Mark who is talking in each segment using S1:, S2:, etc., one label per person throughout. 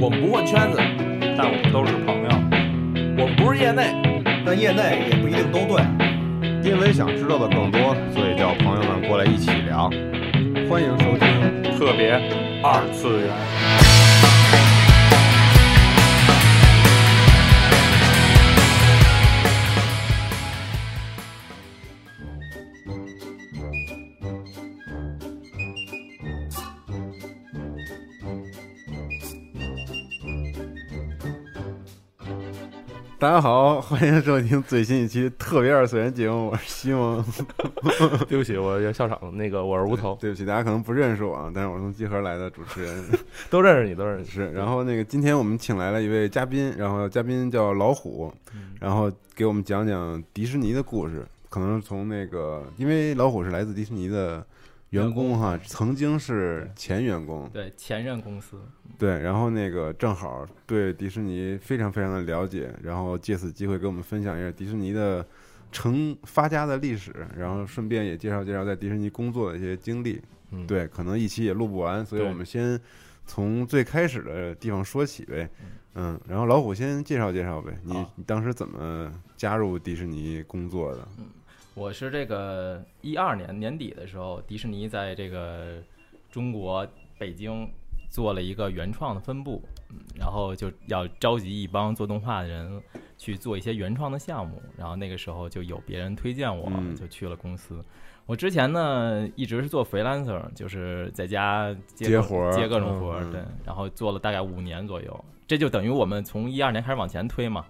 S1: 我们不混圈子，但我们都是朋友。我们不是业内，
S2: 但业内也不一定都对。
S3: 因为想知道的更多，所以叫朋友们过来一起聊。欢迎收听，
S1: 特别二次元。
S3: 大家好，欢迎收听最新一期特别二次元节目，我是西 蒙。
S4: 对不起，我要笑场了。那个我是无头，
S3: 对不起，大家可能不认识我啊，但是我是从集合来的主持人
S4: 都认识你，都认识。
S3: 是。然后那个今天我们请来了一位嘉宾，然后嘉宾叫老虎，然后给我们讲讲迪士尼的故事，可能是从那个，因为老虎是来自迪士尼的。员工哈，曾经是前员工，
S5: 对前任公司，
S3: 对，然后那个正好对迪士尼非常非常的了解，然后借此机会给我们分享一下迪士尼的成发家的历史，然后顺便也介绍介绍在迪士尼工作的一些经历。
S4: 嗯
S3: 对，可能一期也录不完，所以
S4: 对
S3: 我们先从最开始的地方说起呗。嗯，然后老虎先介绍介绍呗，你
S5: 好
S3: 你当时怎么加入迪士尼工作的？
S5: 我是这个一二年年底的时候，迪士尼在这个中国北京做了一个原创的分部，嗯然后就要召集一帮做动画的人去做一些原创的项目，然后那个时候就有别人推荐我
S3: 嗯，
S5: 就去了公司。我之前呢一直是做 freelancer，就是在家接
S3: 接
S5: 各
S3: 活儿
S5: 接各种活儿
S3: 嗯，嗯
S5: 对，然后做了大概五年左右，这就等于我们从一二年开始往前推嘛，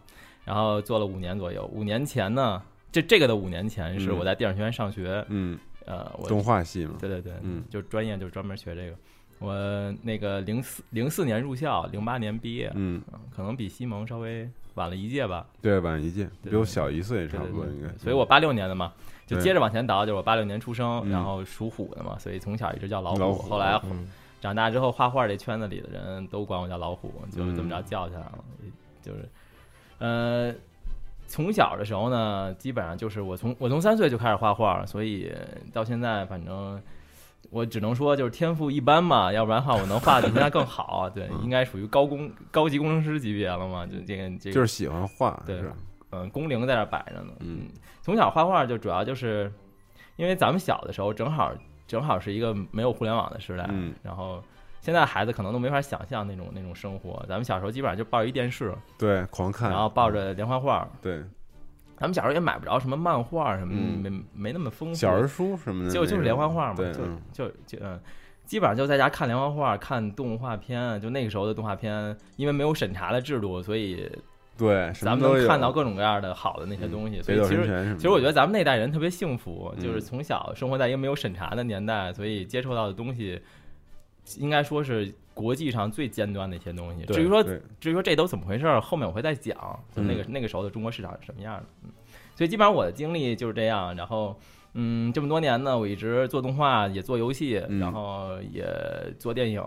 S5: 然后做了五年左右。五年前呢，这这个的五年前是
S3: 嗯
S5: 我在电影学院上学，
S3: 嗯，
S5: 呃，我
S3: 动画系嘛，
S5: 对对对，
S3: 嗯
S5: 就专业就专门学这个。我那个零四零四年入校，零八年毕业，
S3: 嗯，
S5: 可能比西蒙稍微晚了一届吧，
S3: 对，晚一届，
S5: 对
S3: 比我小一岁，
S5: 对
S3: 差不多
S5: 对
S3: 应该。
S5: 所以我八六年的嘛，就
S3: 对
S5: 接着往前倒，就是我八六年出生，
S3: 嗯
S5: 然后属虎的嘛，所以从小一直叫老虎。
S3: 老虎
S5: 后来
S4: 嗯，
S5: 长大之后，画画这圈子里的人都管我叫老虎，就这
S3: 嗯
S5: 么着叫起来了。就是，呃，从小的时候呢，基本上就是我从我从三岁就开始画画，所以到现在反正。我只能说，就是天赋一般嘛，要不然的话，我能画的比现在更好。对，
S3: 嗯
S5: 应该属于高工高级工程师级别了嘛？就这个这个，
S3: 嗯就是喜欢画，
S5: 对
S3: 是吧？
S5: 嗯，工龄在那儿摆着呢。
S3: 嗯，
S5: 从小画画就主要就是，因为咱们小的时候正好正好是一个没有互联网的时代，
S3: 嗯
S5: 然后现在孩子可能都没法想象那种那种生活。咱们小时候基本上就抱着一电视，
S3: 对，狂看，
S5: 然后抱着连环画。
S3: 对
S5: 咱们小时候也买不着什么漫画什么，
S3: 嗯
S5: 没没那么丰富。
S3: 小人书什么的那种，
S5: 就就是连环画嘛，
S3: 对，
S5: 就
S3: 嗯
S5: 就就嗯。基本上就在家看连环画、看动画片，啊就那个时候的动画片，因为没有审查的制度，所以
S3: 对，什么
S5: 咱们
S3: 都
S5: 能
S3: 有嗯
S5: 看到各种各样的好的那些东西。
S3: 北
S5: 所以
S3: 斗
S5: 其
S3: 神
S5: 实
S3: 拳什么的。
S5: 其实我觉得咱们那代人特别幸福，
S3: 嗯
S5: 就是从小生活在一个没有审查的年代，所以接触到的东西，应该说是国际上最尖端的一些东西。
S4: 对
S5: 至于说，
S3: 对嗯
S5: 至于说这都怎么回事儿，后面我会再讲，就那个、那个时候的中国市场是什么样的。嗯，所以基本上我的经历就是这样，然后。嗯，这么多年呢，我一直做动画，也做游戏，
S3: 嗯
S5: 然后也做电影，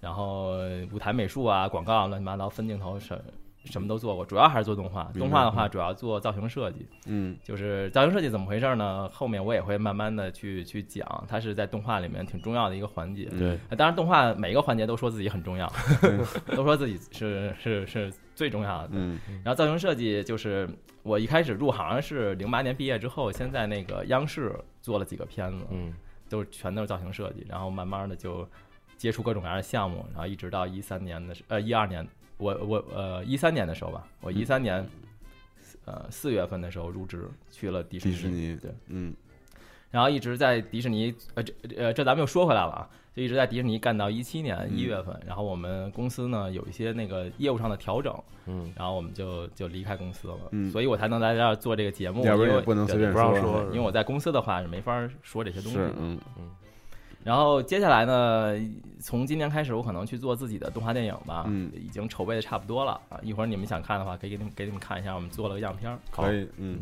S5: 然后舞台美术啊、广告乱七八糟、分镜头什什么都做过，主要还是做动画。
S3: 明白
S5: 动画的话，主要做造型设计。
S3: 嗯
S5: 就是造型设计怎么回事呢？后面我也会慢慢的去去讲，它是在动画里面挺重要的一个环
S3: 嗯
S5: 节。
S4: 对，
S5: 呃当然，动画每个环节都说自己很重要， 都说自己是是是最重要的。
S3: 嗯
S5: 然后造型设计就是我一开始入行是零八年毕业之后，先在那个央视做了几个片子，
S4: 嗯，
S5: 都是全都是造型设计，然后慢慢的就接触各种各样的项目，然后一直到一三年的时呃一二年，我我呃一三年的时候吧，我一三
S3: 嗯
S5: 年、呃四月份的时候入职去了迪士尼，
S3: 迪士尼
S5: 对，
S3: 嗯
S5: 然后一直在迪士尼呃这呃这咱们又说回来了啊，就一直在迪士尼干到一七年一月份，然后我们公司呢有一些那个业务上的调整，
S4: 嗯，
S5: 然后我们就就离开公司了，
S3: 嗯
S5: 所以我才能来这儿做这个节目，
S3: 要不然
S5: 因为
S3: 也不能
S5: 对
S3: 随便
S4: 不让
S3: 说
S4: 说
S5: 因为我在公司的话是没法说这些东西
S3: 是
S5: 的。
S3: 嗯
S5: 然后接下来呢，从今年开始，我可能去做自己的动画电影吧，
S3: 嗯
S5: 已经筹备的差不多了啊。一会儿你们想看的话，可以给你们给你们看一下，我们做了个样片儿，
S3: 可以嗯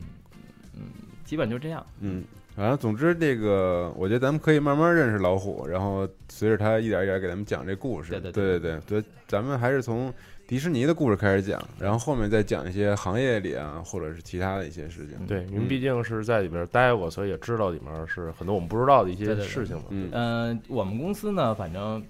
S5: 基本就这样。
S3: 嗯，反正总之这个，我觉得咱们可以慢慢认识老虎，然后随着他一点一点给咱们讲这故事。
S5: 对
S3: 对
S5: 对
S3: 对对对，咱们还是从迪士尼的故事开始讲，然后后面再讲一些行业里啊，或者是其他的一些事情。
S4: 对，您毕竟是在里边待过，所以也知道里面是很多我们不知道的一些
S5: 对对对
S4: 事情嘛。
S3: 嗯
S5: 嗯、我们公司呢，反正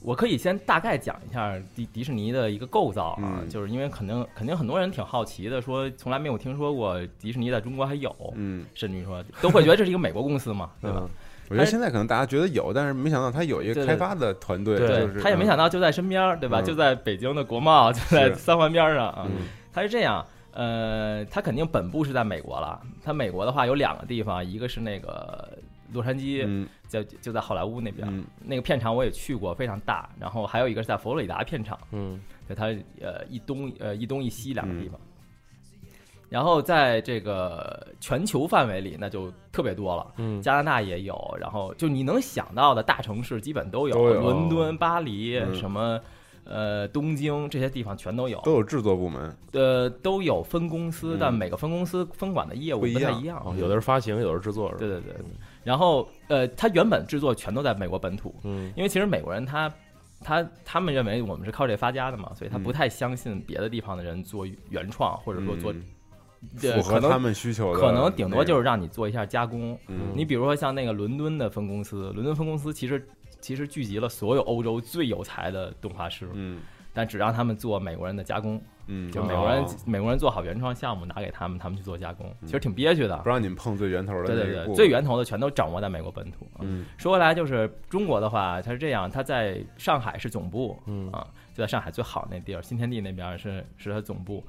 S5: 我可以先大概讲一下迪迪士尼的一个构造啊，
S3: 嗯
S5: 就是因为肯定肯定很多人挺好奇的，说从来没有听说过迪士尼在中国还有，
S3: 嗯，
S5: 甚至于说都会觉得这是一个美国公司 嘛，对吧？
S3: 我觉得现在可能大家觉得有，但是没想到他有一
S5: 对
S3: 个
S5: 对
S3: 开发的团队，
S5: 对，
S3: 就是
S5: 他也没想到就在身边儿，对吧？
S3: 嗯
S5: 就在北京的国 贸，就在
S3: 是
S5: 三环边儿上啊。
S3: 嗯
S5: 他是这样，呃，他肯定本部是在美国了。他美国的话有两个地方，一个是那个洛杉矶，
S3: 嗯
S5: 在就在好莱坞那边儿，
S3: 嗯
S5: 那个片场我也去过，非常大。然后还有一个是在佛罗里达片场，
S4: 嗯
S5: 就它呃一东呃一东一西两个地
S3: 嗯
S5: 方。然后在这个全球范围里，那就特别多了。
S4: 嗯
S5: 加拿大也有，然后就你能想到的大城市基本都有，
S3: 都有
S5: 伦敦、巴黎、
S3: 嗯
S5: 什么呃东京这些地方全都有，
S3: 都有制作部门，
S5: 呃都有分公
S3: 嗯
S5: 司，但每个分公司分管的业务
S3: 不一
S5: 不太
S3: 样
S5: 一样。
S4: 哦，有的是发行，有的是制作，
S5: 对对对
S4: 嗯，
S5: 然后呃，它原本制作全都在美国本土，
S4: 嗯
S5: 因为其实美国人他他他们认为我们是靠这发家的嘛，所以他
S3: 嗯
S5: 不太相信别的地方的人做原创，或者说做、
S3: 嗯
S5: 呃
S3: 符合
S5: 可
S3: 他
S5: 能
S3: 们需求的那个，
S5: 可能顶多就是让你做一下加工，
S3: 嗯
S5: 你比如说像那个伦敦的分公司，伦敦分公司其实其实聚集了所有欧洲最有才的动画师，
S3: 嗯
S5: 但只让他们做美国人的加工，
S3: 嗯，
S5: 就美国人、
S3: 哦嗯
S5: 美国人做好原创项目拿给他们，他们去做加工，其实挺憋屈的
S3: 不。让你们碰最源头的
S5: 对
S3: 那
S5: 对
S3: 个
S5: 对，
S3: 部
S5: 最
S3: 门，
S5: 源头的全都掌握在美国本土。啊
S3: 嗯
S5: 说回来，就是中国的话，它是这样，它在上海是总部，
S4: 嗯
S5: 啊，就在上海最好那地儿，新天地那边儿是是它总部，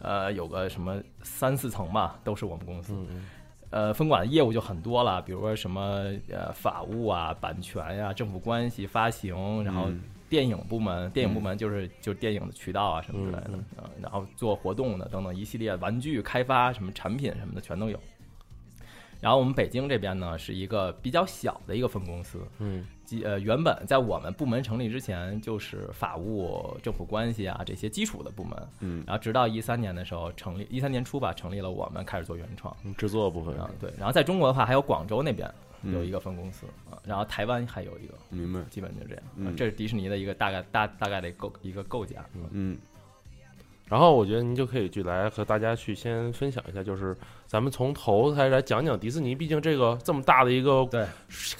S5: 呃，有个什么三四层吧，都是我们公司。
S4: 嗯
S5: 呃，分管的业务就很多了，比如说什么呃法务啊、版权呀、政府关系、发行，然后
S3: 嗯
S5: 电影部门，电影部门就是、就是电影的渠道啊什么之类的，
S4: 嗯
S5: 呃然后做活动的等等一系列玩具开发、什么产品什么的全都有。然后我们北京这边呢是一个比较小的一个分公司，
S4: 嗯
S5: 基呃原本在我们部门成立之前就是法务、政府关系啊这些基础的部门，
S3: 嗯
S5: 然后直到一三年的时候成立，一三年初吧成立了我们开始做原创。
S4: 嗯，制作部分
S5: 啊，对。然后在中国的话，还有广州那边
S3: 嗯
S5: 有一个分公司、啊，然后台湾还有一个，
S3: 明白，
S5: 基本就这样。啊
S3: 嗯
S5: 这是迪士尼的一个大概大大概的一个构一个构架。
S3: 嗯
S4: 然后我觉得您就可以去来和大家去先分享一下，就是咱们从头开始来讲讲迪士尼，毕竟这个这么大的一个，
S5: 对，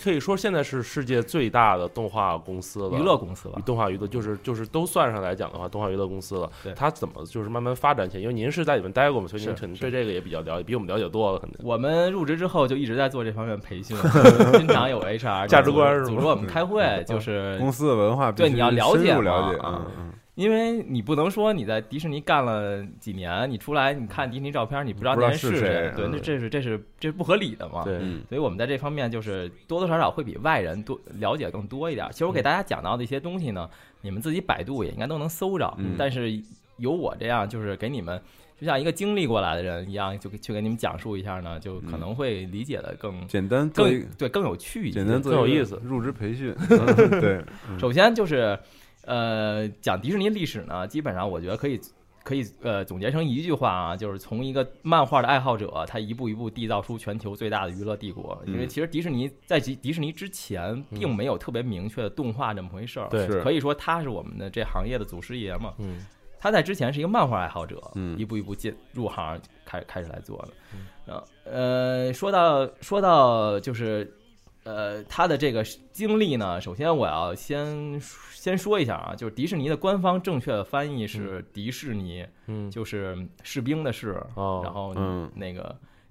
S4: 可以说现在是世界最大的动画公司了，
S5: 娱乐公司吧
S4: 与，动画娱乐就是就是都算上来讲的话，动画娱乐公司了
S5: 对，
S4: 它怎么就是慢慢发展起来？因为您是在里面待过嘛，所以您
S5: 是
S4: 肯定
S5: 是
S4: 对这个也比较了解，比我们了解多了，肯定。
S5: 我们入职之后就一直在做这方面培训， 经常有 HR
S4: 价值观是吗嗯
S5: 组织我们开会，就是
S3: 公司的文化必
S5: 对
S3: 须
S5: 你要了
S3: 深
S5: 解
S3: 入
S5: 嘛
S3: 了解
S5: 啊
S3: 嗯嗯
S5: 因为你不能说你在迪士尼干了几年，你出来你看迪士尼照片，你不知道
S3: 不
S5: 那
S3: 知道是
S5: 人谁
S3: 谁，
S5: 对，
S3: 嗯
S5: 那这是这是这是不合理的嘛。
S4: 对，
S3: 嗯
S5: 所以我们在这方面就是多多少少会比外人多了解更多一点儿。其实我
S3: 嗯
S5: 给大家讲到的一些东西呢，你们自己百度也应该都能搜着，
S3: 嗯
S5: 但是有我这样就是给你们。就像一个经历过来的人一样，就去给你们讲述一下呢，就可能会理解的更、
S3: 简单做一
S5: 更对更有趣一
S3: 嗯
S5: 些
S3: 简。单做
S4: 更有
S3: 一个
S4: 意思
S3: 入职培 训，嗯对，
S5: 首先就是，呃，讲迪士尼历史呢，基本上我觉得可以可以呃总结成一句话啊，就是从一个漫画的爱好者，他一步一步缔造出全球最大的娱乐帝国。因为
S3: 嗯
S5: 其实迪士尼在迪迪士尼之前，并没有特别明确的动画这么回事儿，
S4: 对
S3: 是
S5: 可以说他是我们的这行业的祖师爷嘛。
S4: 嗯
S5: 他在之前是一个漫画爱好者，
S3: 嗯
S5: 一步一步进入行开开始来做的。呃呃，说到说到就是呃他的这个经历呢，首先我要先先说一下啊，就是迪士尼的官方正确的翻译是迪士尼，
S4: 嗯，
S5: 就是士兵的士，
S4: 哦，
S5: 然后
S3: 嗯
S5: 那个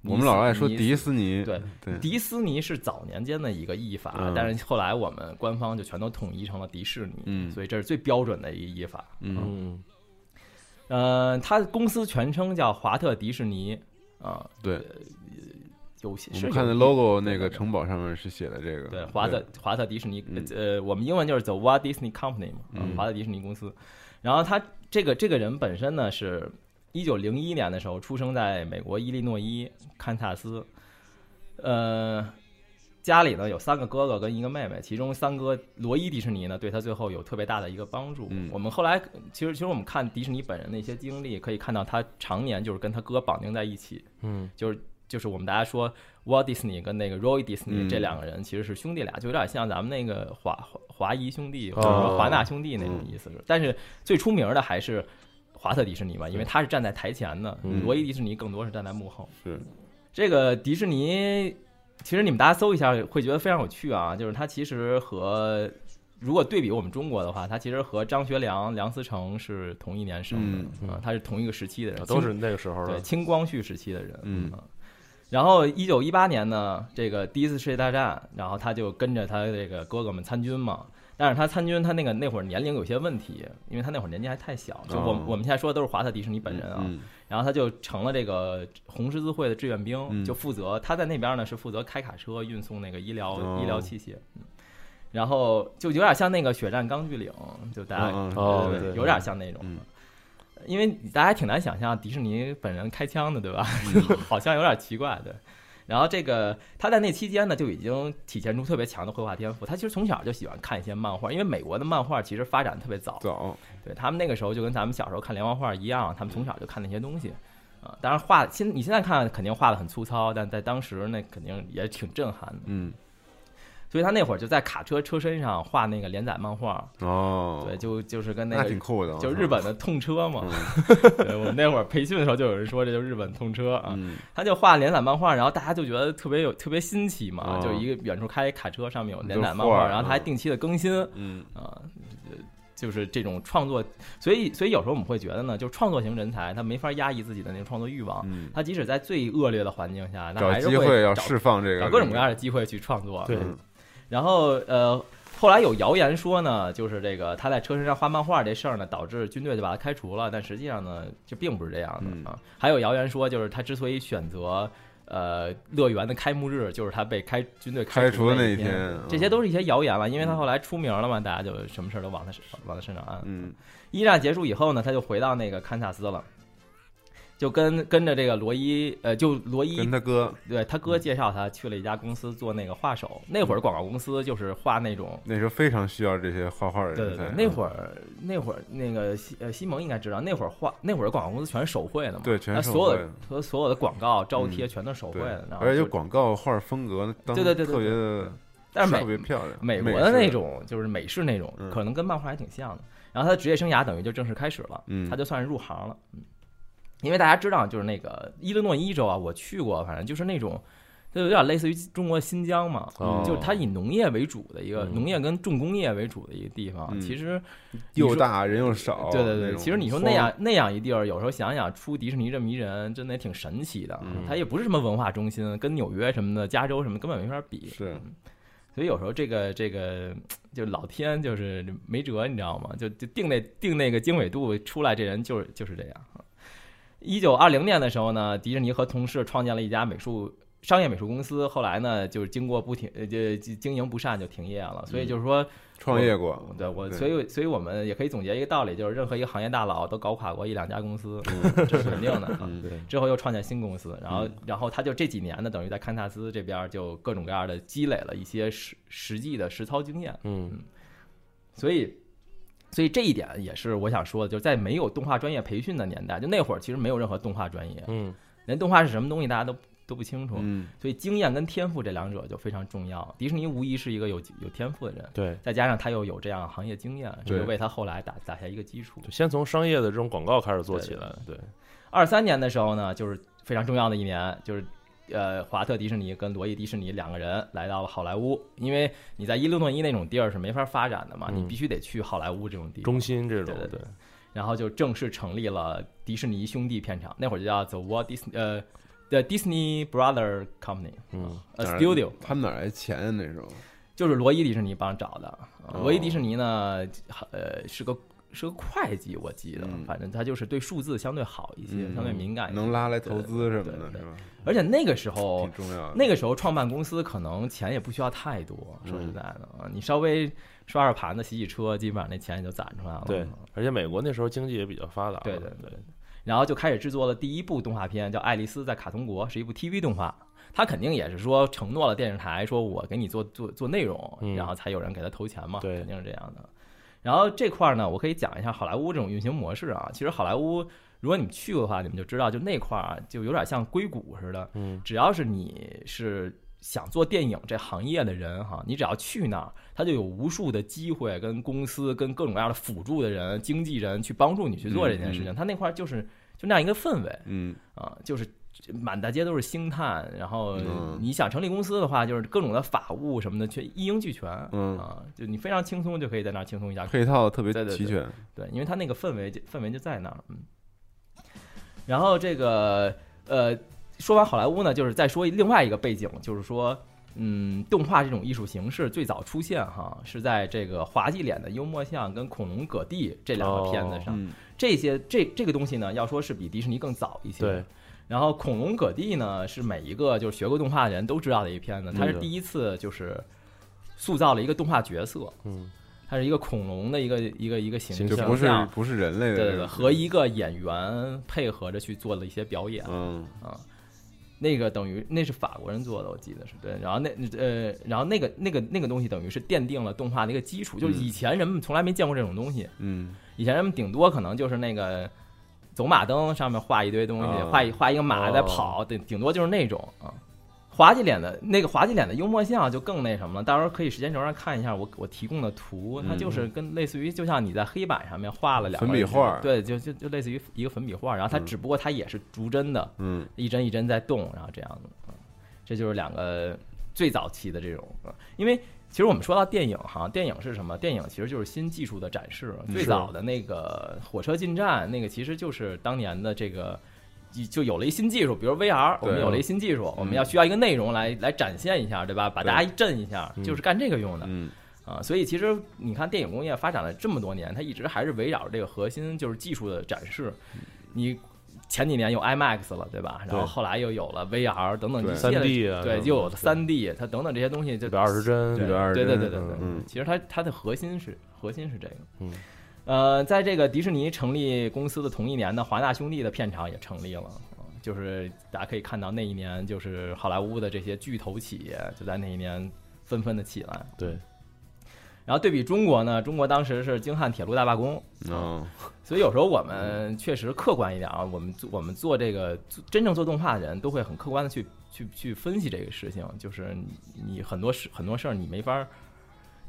S5: 尼斯、
S3: 我们老爱说
S5: 尼斯
S3: 迪斯尼，
S5: 对
S3: 对，
S5: 迪斯尼是早年间的一个译法，
S3: 嗯
S5: 但是后来我们官方就全都统一成了迪士尼，
S3: 嗯
S5: 所以这是最标准的一个译法。
S3: 嗯
S4: 嗯
S5: 呃，它的公司全称叫华特迪士尼啊，
S3: 对，
S5: 有些
S3: 我
S5: 是
S3: 们看
S5: 有
S3: 那
S5: 一
S3: logo 那个城堡上面是写的这个，
S5: 对华特华特迪士尼
S3: 嗯，
S5: 呃，我们英文就是 The Walt Disney Company 嘛，啊
S3: 嗯
S5: 华特迪士尼公司。然后他这个这个人本身呢是。一九零一年的时候，出生在美国伊利诺伊堪萨斯，呃，家里呢有三个哥哥跟一个妹妹，其中三哥罗伊迪士尼呢对他最后有特别大的一个帮助。
S3: 嗯
S5: 我们后来其实其实我们看迪士尼本人的一些经历，可以看到他常年就是跟他哥绑定在一起，
S4: 嗯
S5: 就是就是我们大家说 Walt Disney 跟那个 Roy Disney
S3: 嗯
S5: 这两个人其实是兄弟俩，就有点像咱们那个华华华谊兄弟
S4: 哦嗯
S5: 或者说华纳兄弟那种意思是。但是最出名的还是华特迪士尼吧，因为他是站在台前的，
S4: 嗯
S5: 罗伊迪士尼更多是站在幕后。
S3: 是
S5: 这个迪士尼，其实你们大家搜一下会觉得非常有趣啊，就是它其实和如果对比我们中国的话，他其实和张学良、梁思成是同一年生的
S3: 嗯
S4: 嗯
S5: 啊，他是同一个时期的人，
S4: 都是那个时候
S5: 对
S4: 的，
S5: 清光绪时期的人，
S3: 嗯
S5: 啊。然后，一九一八年呢，这个第一次世界大战，然后他就跟着他这个哥哥们参军嘛。但是他参军，他那个那会儿年龄有些问题，因为他那会儿年纪还太小。就我们、
S3: 哦
S5: 我们现在说的都是华特迪士尼本人啊，
S3: 嗯
S5: 然后他就成了这个红十字会的志愿兵，
S3: 嗯
S5: 就负责他在那边呢是负责开卡车运送那个医疗、
S3: 哦
S5: 医疗器械，嗯然后就有点像那个血战钢锯岭，就大家、
S3: 嗯嗯
S4: 哦
S5: 对
S4: 对
S5: 有点像那种。
S3: 嗯
S5: 因为大家挺难想象迪士尼本人开枪的，对吧？
S3: 嗯
S5: 好像有点奇怪，对。然后这个他在那期间呢，就已经体现出特别强的绘画天赋。他其实从小就喜欢看一些漫画，因为美国的漫画其实发展得特别早，
S3: 早
S5: 对他们那个时候就跟咱们小时候看连环画一样，他
S3: 嗯
S5: 们从小就看那些东西，啊、当然画现你现在看肯定画的很粗糙，但在当时那肯定也挺震撼的。
S3: 嗯
S5: 所以他那会儿就在卡车车身上画那个连载漫画，
S3: 哦，
S5: 嗯对，就就是跟那
S3: 那
S5: 个
S3: 挺酷的，嗯我
S5: 就
S3: 操
S5: 日本的痛车嘛。 对，我们那会儿培训的时候就有人说这就是日本痛车啊，
S3: 嗯
S5: 他就画连载漫画，然后大家就觉得特别有特别新奇嘛，
S3: 哦
S5: 就一个远处开一卡车，上面有连载漫
S3: 就是画
S5: 画，
S3: 儿
S5: 然后他还定期的更新。
S3: 嗯
S5: 啊，呃就是这种创作，所以所以有时候我们会觉得呢，就是创作型人才他没法压抑自己的那个创作欲望，
S3: 嗯，
S5: 他即使在最恶劣的环境下，他
S3: 找
S5: 还是
S3: 机会要
S5: 找
S3: 释放这
S5: 找
S3: 个
S5: 各种各样的机会去创作。
S4: 对
S3: 嗯
S5: 然后呃，后来有谣言说呢，就是这个他在车身上画漫画这事儿呢，导致军队就把他开除了，但实际上呢，这并不是这样
S3: 嗯
S5: 的啊。还有谣言说，就是他之所以选择。呃，乐园的开幕日就是他被开军队
S3: 开
S5: 除
S3: 除
S5: 的
S3: 的那
S5: 一
S3: 一
S5: 天，
S3: 天，
S5: 这些都是一些谣言了，因为他后来出名了嘛，大家就什么事儿都往他身往他身上安。
S3: 嗯
S5: 一战结束以后呢，他就回到那个堪萨斯了，就跟跟着这个罗伊，呃，就罗伊
S3: 嗯跟他哥
S5: 对他哥介绍他去了一家公司做那个画手，
S3: 嗯
S5: 那会儿广告公司就是画那种。
S3: 那时候非常需要这些画画的
S5: 对
S3: 人
S5: 对对
S3: 才，，嗯
S5: 那
S3: 儿
S5: 会儿那会儿那个西呃西蒙应该知道，那会儿画那会儿广告公司全是手绘的嘛，
S3: 对全
S5: 他
S3: 是手
S5: 所有
S3: 绘嗯
S5: 的他所有的广告招贴全都是手绘
S3: 对
S5: 的，然，后
S3: 而且
S5: 就
S3: 有广告画风格，当
S5: 对对对对
S3: 特别的，
S5: 但是
S3: 特
S5: 美
S3: 别漂亮，
S5: 美国
S3: 式
S5: 的那，种就是美式那种，
S3: 嗯
S5: 可能跟漫画还挺像的。然后他的职业生涯等于就正式开始了，
S3: 嗯
S5: 他就算是入行了。嗯，因为大家知道，就是那个伊利诺伊州啊，我去过，反正就是那种，就有点类似于中国新疆嘛，
S4: 哦
S5: 就是它以农业为主的一个、
S4: 嗯
S5: 农业跟重工业为主的一个地方。
S3: 嗯
S5: 其实你说呃
S3: 又大人又少，
S5: 对对
S3: 那
S5: 对，
S3: 种
S5: 其实你说
S3: 荒
S5: 那样那样一地儿，有时候想想出迪士尼这么一人，真的也挺神奇的。
S3: 嗯
S5: 它也不是什么文化中心，跟纽约什么的、加州什么根本没法比。
S3: 是
S5: 所以有时候这个这个就是老天就是没辙，你知道吗？就就定那定那个经纬度出来，这人就是就是这样。啊一九二零年的时候呢，迪士尼和同事创建了一家美术商业美术公司，后来呢，就是经过不停呃就就经营不善就停业了。所以就是说，
S3: 创业过，
S5: 对我，
S3: 嗯对
S5: 所以所以我们也可以总结一个道理，就是任何一个行业大佬都搞垮过一两家公司，这是肯定的。
S3: 嗯
S4: 对，嗯
S5: 之后又创建新公司，然后然后他就这几年呢，等于在堪萨斯这边儿就各种各样的积累了一些实实际的实操经验，
S4: 嗯
S5: 所以所以这一点也是我想说的，就是在没有动画专业培训的年代，就那会儿其实没有任何动画专业，
S4: 嗯
S5: 连动画是什么东西大家都都不清楚，
S3: 嗯
S5: 所以经验跟天赋这两者就非常重要。迪士尼无疑是一个有有天赋的人，
S4: 对。
S5: 再加上他又有这样行业经验，这
S3: 对
S5: 就为他后来打打下一个基础。
S4: 就先从商业的这种广告开始做起来，对，
S5: 二三年的时候呢，就是非常重要的一年，就是呃，华特迪士尼跟罗伊迪士尼两个人来到了好莱坞，因为你在伊利诺伊那种地儿是没法发展的嘛，
S4: 嗯
S5: 你必须得去好莱坞这种地方
S4: 中心这种，
S5: 对对
S4: 对，
S5: 然后就正式成立了迪士尼兄弟片场，那会儿就叫 The Walt Disney 呃 The Disney Brother Company，
S4: 嗯
S5: 呃
S3: 哪儿
S5: Studio，
S3: 他们哪来钱啊那时候？
S5: 就是罗伊迪士尼帮找的。呃
S3: 哦
S5: 罗伊迪士尼呢，呃，是个是个会计，我记得，
S3: 嗯
S5: 反正他就是对数字相对好一些，
S3: 嗯
S5: 相对敏感一些。
S3: 能拉来投资什么
S5: 对
S3: 的，
S5: 对
S3: 是吧？
S5: 而且那个时候
S3: 挺，重要的。
S5: 那个时候创办公司可能钱也不需要太多，说
S3: 嗯
S5: 实在的，啊，你稍微刷刷盘子、洗洗车，基本上那钱也就攒出来了。
S4: 对，而且美国那时候经济也比较发达了，
S5: 对对
S4: 对
S5: 对，然后就开始制作了第一部动画片，叫《爱丽丝在卡通国》，是一部 TV 动画。他肯定也是说承诺了电视台，说我给你做做做内容，
S4: 嗯
S5: 然后才有人给他投钱嘛，
S4: 对
S5: 肯定是这样的。然后这块儿呢，我可以讲一下好莱坞这种运行模式啊。其实好莱坞，如果你们去过的话，你们就知道，就那块儿啊就有点像硅谷似的，
S4: 嗯，
S5: 只要是你是想做电影这行业的人哈，你只要去那儿，他就有无数的机会跟公司、跟各种各样的辅助的人、
S4: 嗯
S5: 经纪人去帮助你去做这件事情。他那块儿就是就那样一个氛围
S3: 嗯
S5: 啊，就是这满大街都是星探，然后
S3: 嗯
S5: 你想成立公司的话，就是各种的法务什么的，全一应俱全，
S3: 嗯
S5: 啊，就你非常轻松就可以在那儿轻松一下
S3: 配套特别
S5: 对对对
S3: 齐全，
S5: 对，因为他那个氛围就氛围就在那儿，嗯。然后这个呃，说完好莱坞呢，就是再说另外一个背景，就是说，嗯，动画这种艺术形式最早出现哈，是在这个滑稽脸的幽默像跟恐龙葛蒂这两个片子上，
S3: 嗯
S5: 这些这这个东西呢，要说是比迪士尼更早一些，
S4: 对，
S5: 然后《恐龙葛蒂》呢，是每一个就是学过动画的人都知道的一片子，它是
S4: 嗯
S5: 第一次就是塑造了一个动画角色，
S4: 嗯，
S5: 它是一个恐龙的一个一个一个形
S4: 形
S5: 象，
S3: 就不是不是人类的这
S5: 对
S3: 种，
S5: 对对，和一个演员配合着去做了一些表演
S3: 嗯
S5: 啊。那个等于那是法国人做的，我记得是对。然后那呃，然后那个那个那个东西等于是奠定了动画的一个基础，就是
S3: 嗯
S5: 以前人们从来没见过这种东西，
S3: 嗯
S5: 以前人们顶多可能就是那个走马灯上面画一堆东西，
S3: 啊
S5: 画一画一个马在跑，顶、顶多就是那种啊。滑稽脸的那个滑稽脸的幽默像就更那什么了，到时候可以时间轴上看一下我我提供的图，它
S3: 嗯
S5: 就是跟类似于就像你在黑板上面画了两个
S3: 粉笔画
S5: 对，就就就类似于一个粉笔画，然后它
S3: 嗯
S5: 只不过它也是逐帧的，
S3: 嗯
S5: 一帧一帧在动，然后这样子，嗯这就是两个最早期的这种，嗯因为其实我们说到电影哈，电影是什么？电影其实就是新技术的展示。最早的那个火车进站，那个其实就是当年的这个。就就有了一新技术，比如 VR，我们有了一新技术，我们要需要一个内容来来展现一下，对吧？把大家一震一下，
S4: 嗯
S5: 就是干这个用的
S3: 嗯
S5: 啊。所以其实你看，电影工业发展了这么多年，它一直还是围绕着这个核心，就是技术的展示。你前几年有 IMAX 了，对吧？然后
S4: 对
S5: 后来又有了 VR 等等
S3: 对
S5: 一系
S4: 三
S5: 列的
S4: D 啊，
S5: 对，
S4: 什么
S5: 又有了
S4: 的
S5: 三 D，它等等这些东西就
S4: 一百二十帧，
S3: 对120
S5: 对对对对
S3: 帧
S5: 对，
S3: 嗯
S5: 其实它它的核心是核心是这个，
S4: 嗯，
S5: 呃，在这个迪士尼成立公司的同一年呢，华纳兄弟的片场也成立了。嗯就是大家可以看到那一年，就是好莱坞的这些巨头企业就在那一年纷纷的起来。
S4: 对，
S5: 然后对比中国呢，中国当时是京汉铁路大罢工，啊
S3: 哦
S5: 所以有时候我们确实客观一点啊，我们做我们做这个做真正做动画的人都会很客观的去去去分析这个事情，就是你你很多事很多事儿你没法儿，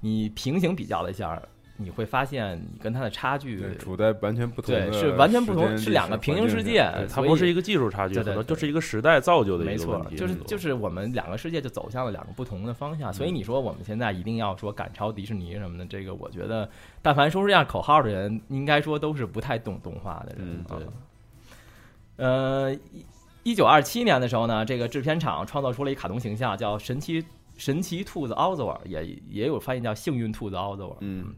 S5: 你平行比较了一下儿，你会发现你跟他的差距
S3: 对，处在完全不同
S5: 对
S3: 的
S5: 是完全不
S3: 时间
S5: 同，
S3: 历史
S5: 是两个平行世界
S3: 环境下，
S4: 它
S5: 所
S4: 不
S5: 以
S4: 是一个技术差距，
S5: 对对
S4: 可能
S5: 对
S4: 就是一个时代造就的
S5: 没
S4: 一个
S5: 错
S4: 问，题，
S5: 就是
S4: 很多
S5: 就是我们两个世界就走向了两个不同的方向，
S4: 嗯
S5: 所以你说我们现在一定要说赶超迪士尼什么的，这个我觉得，但凡说出这样口号的人，应该说都是不太懂动画的人。
S3: 嗯
S5: 啊
S4: 对
S5: 呃，一一九二七年的时候呢，这个制片厂创造出了一卡通形象，叫神奇神奇兔子奥兹尔，也也有翻译叫幸运兔子奥兹尔。
S3: 嗯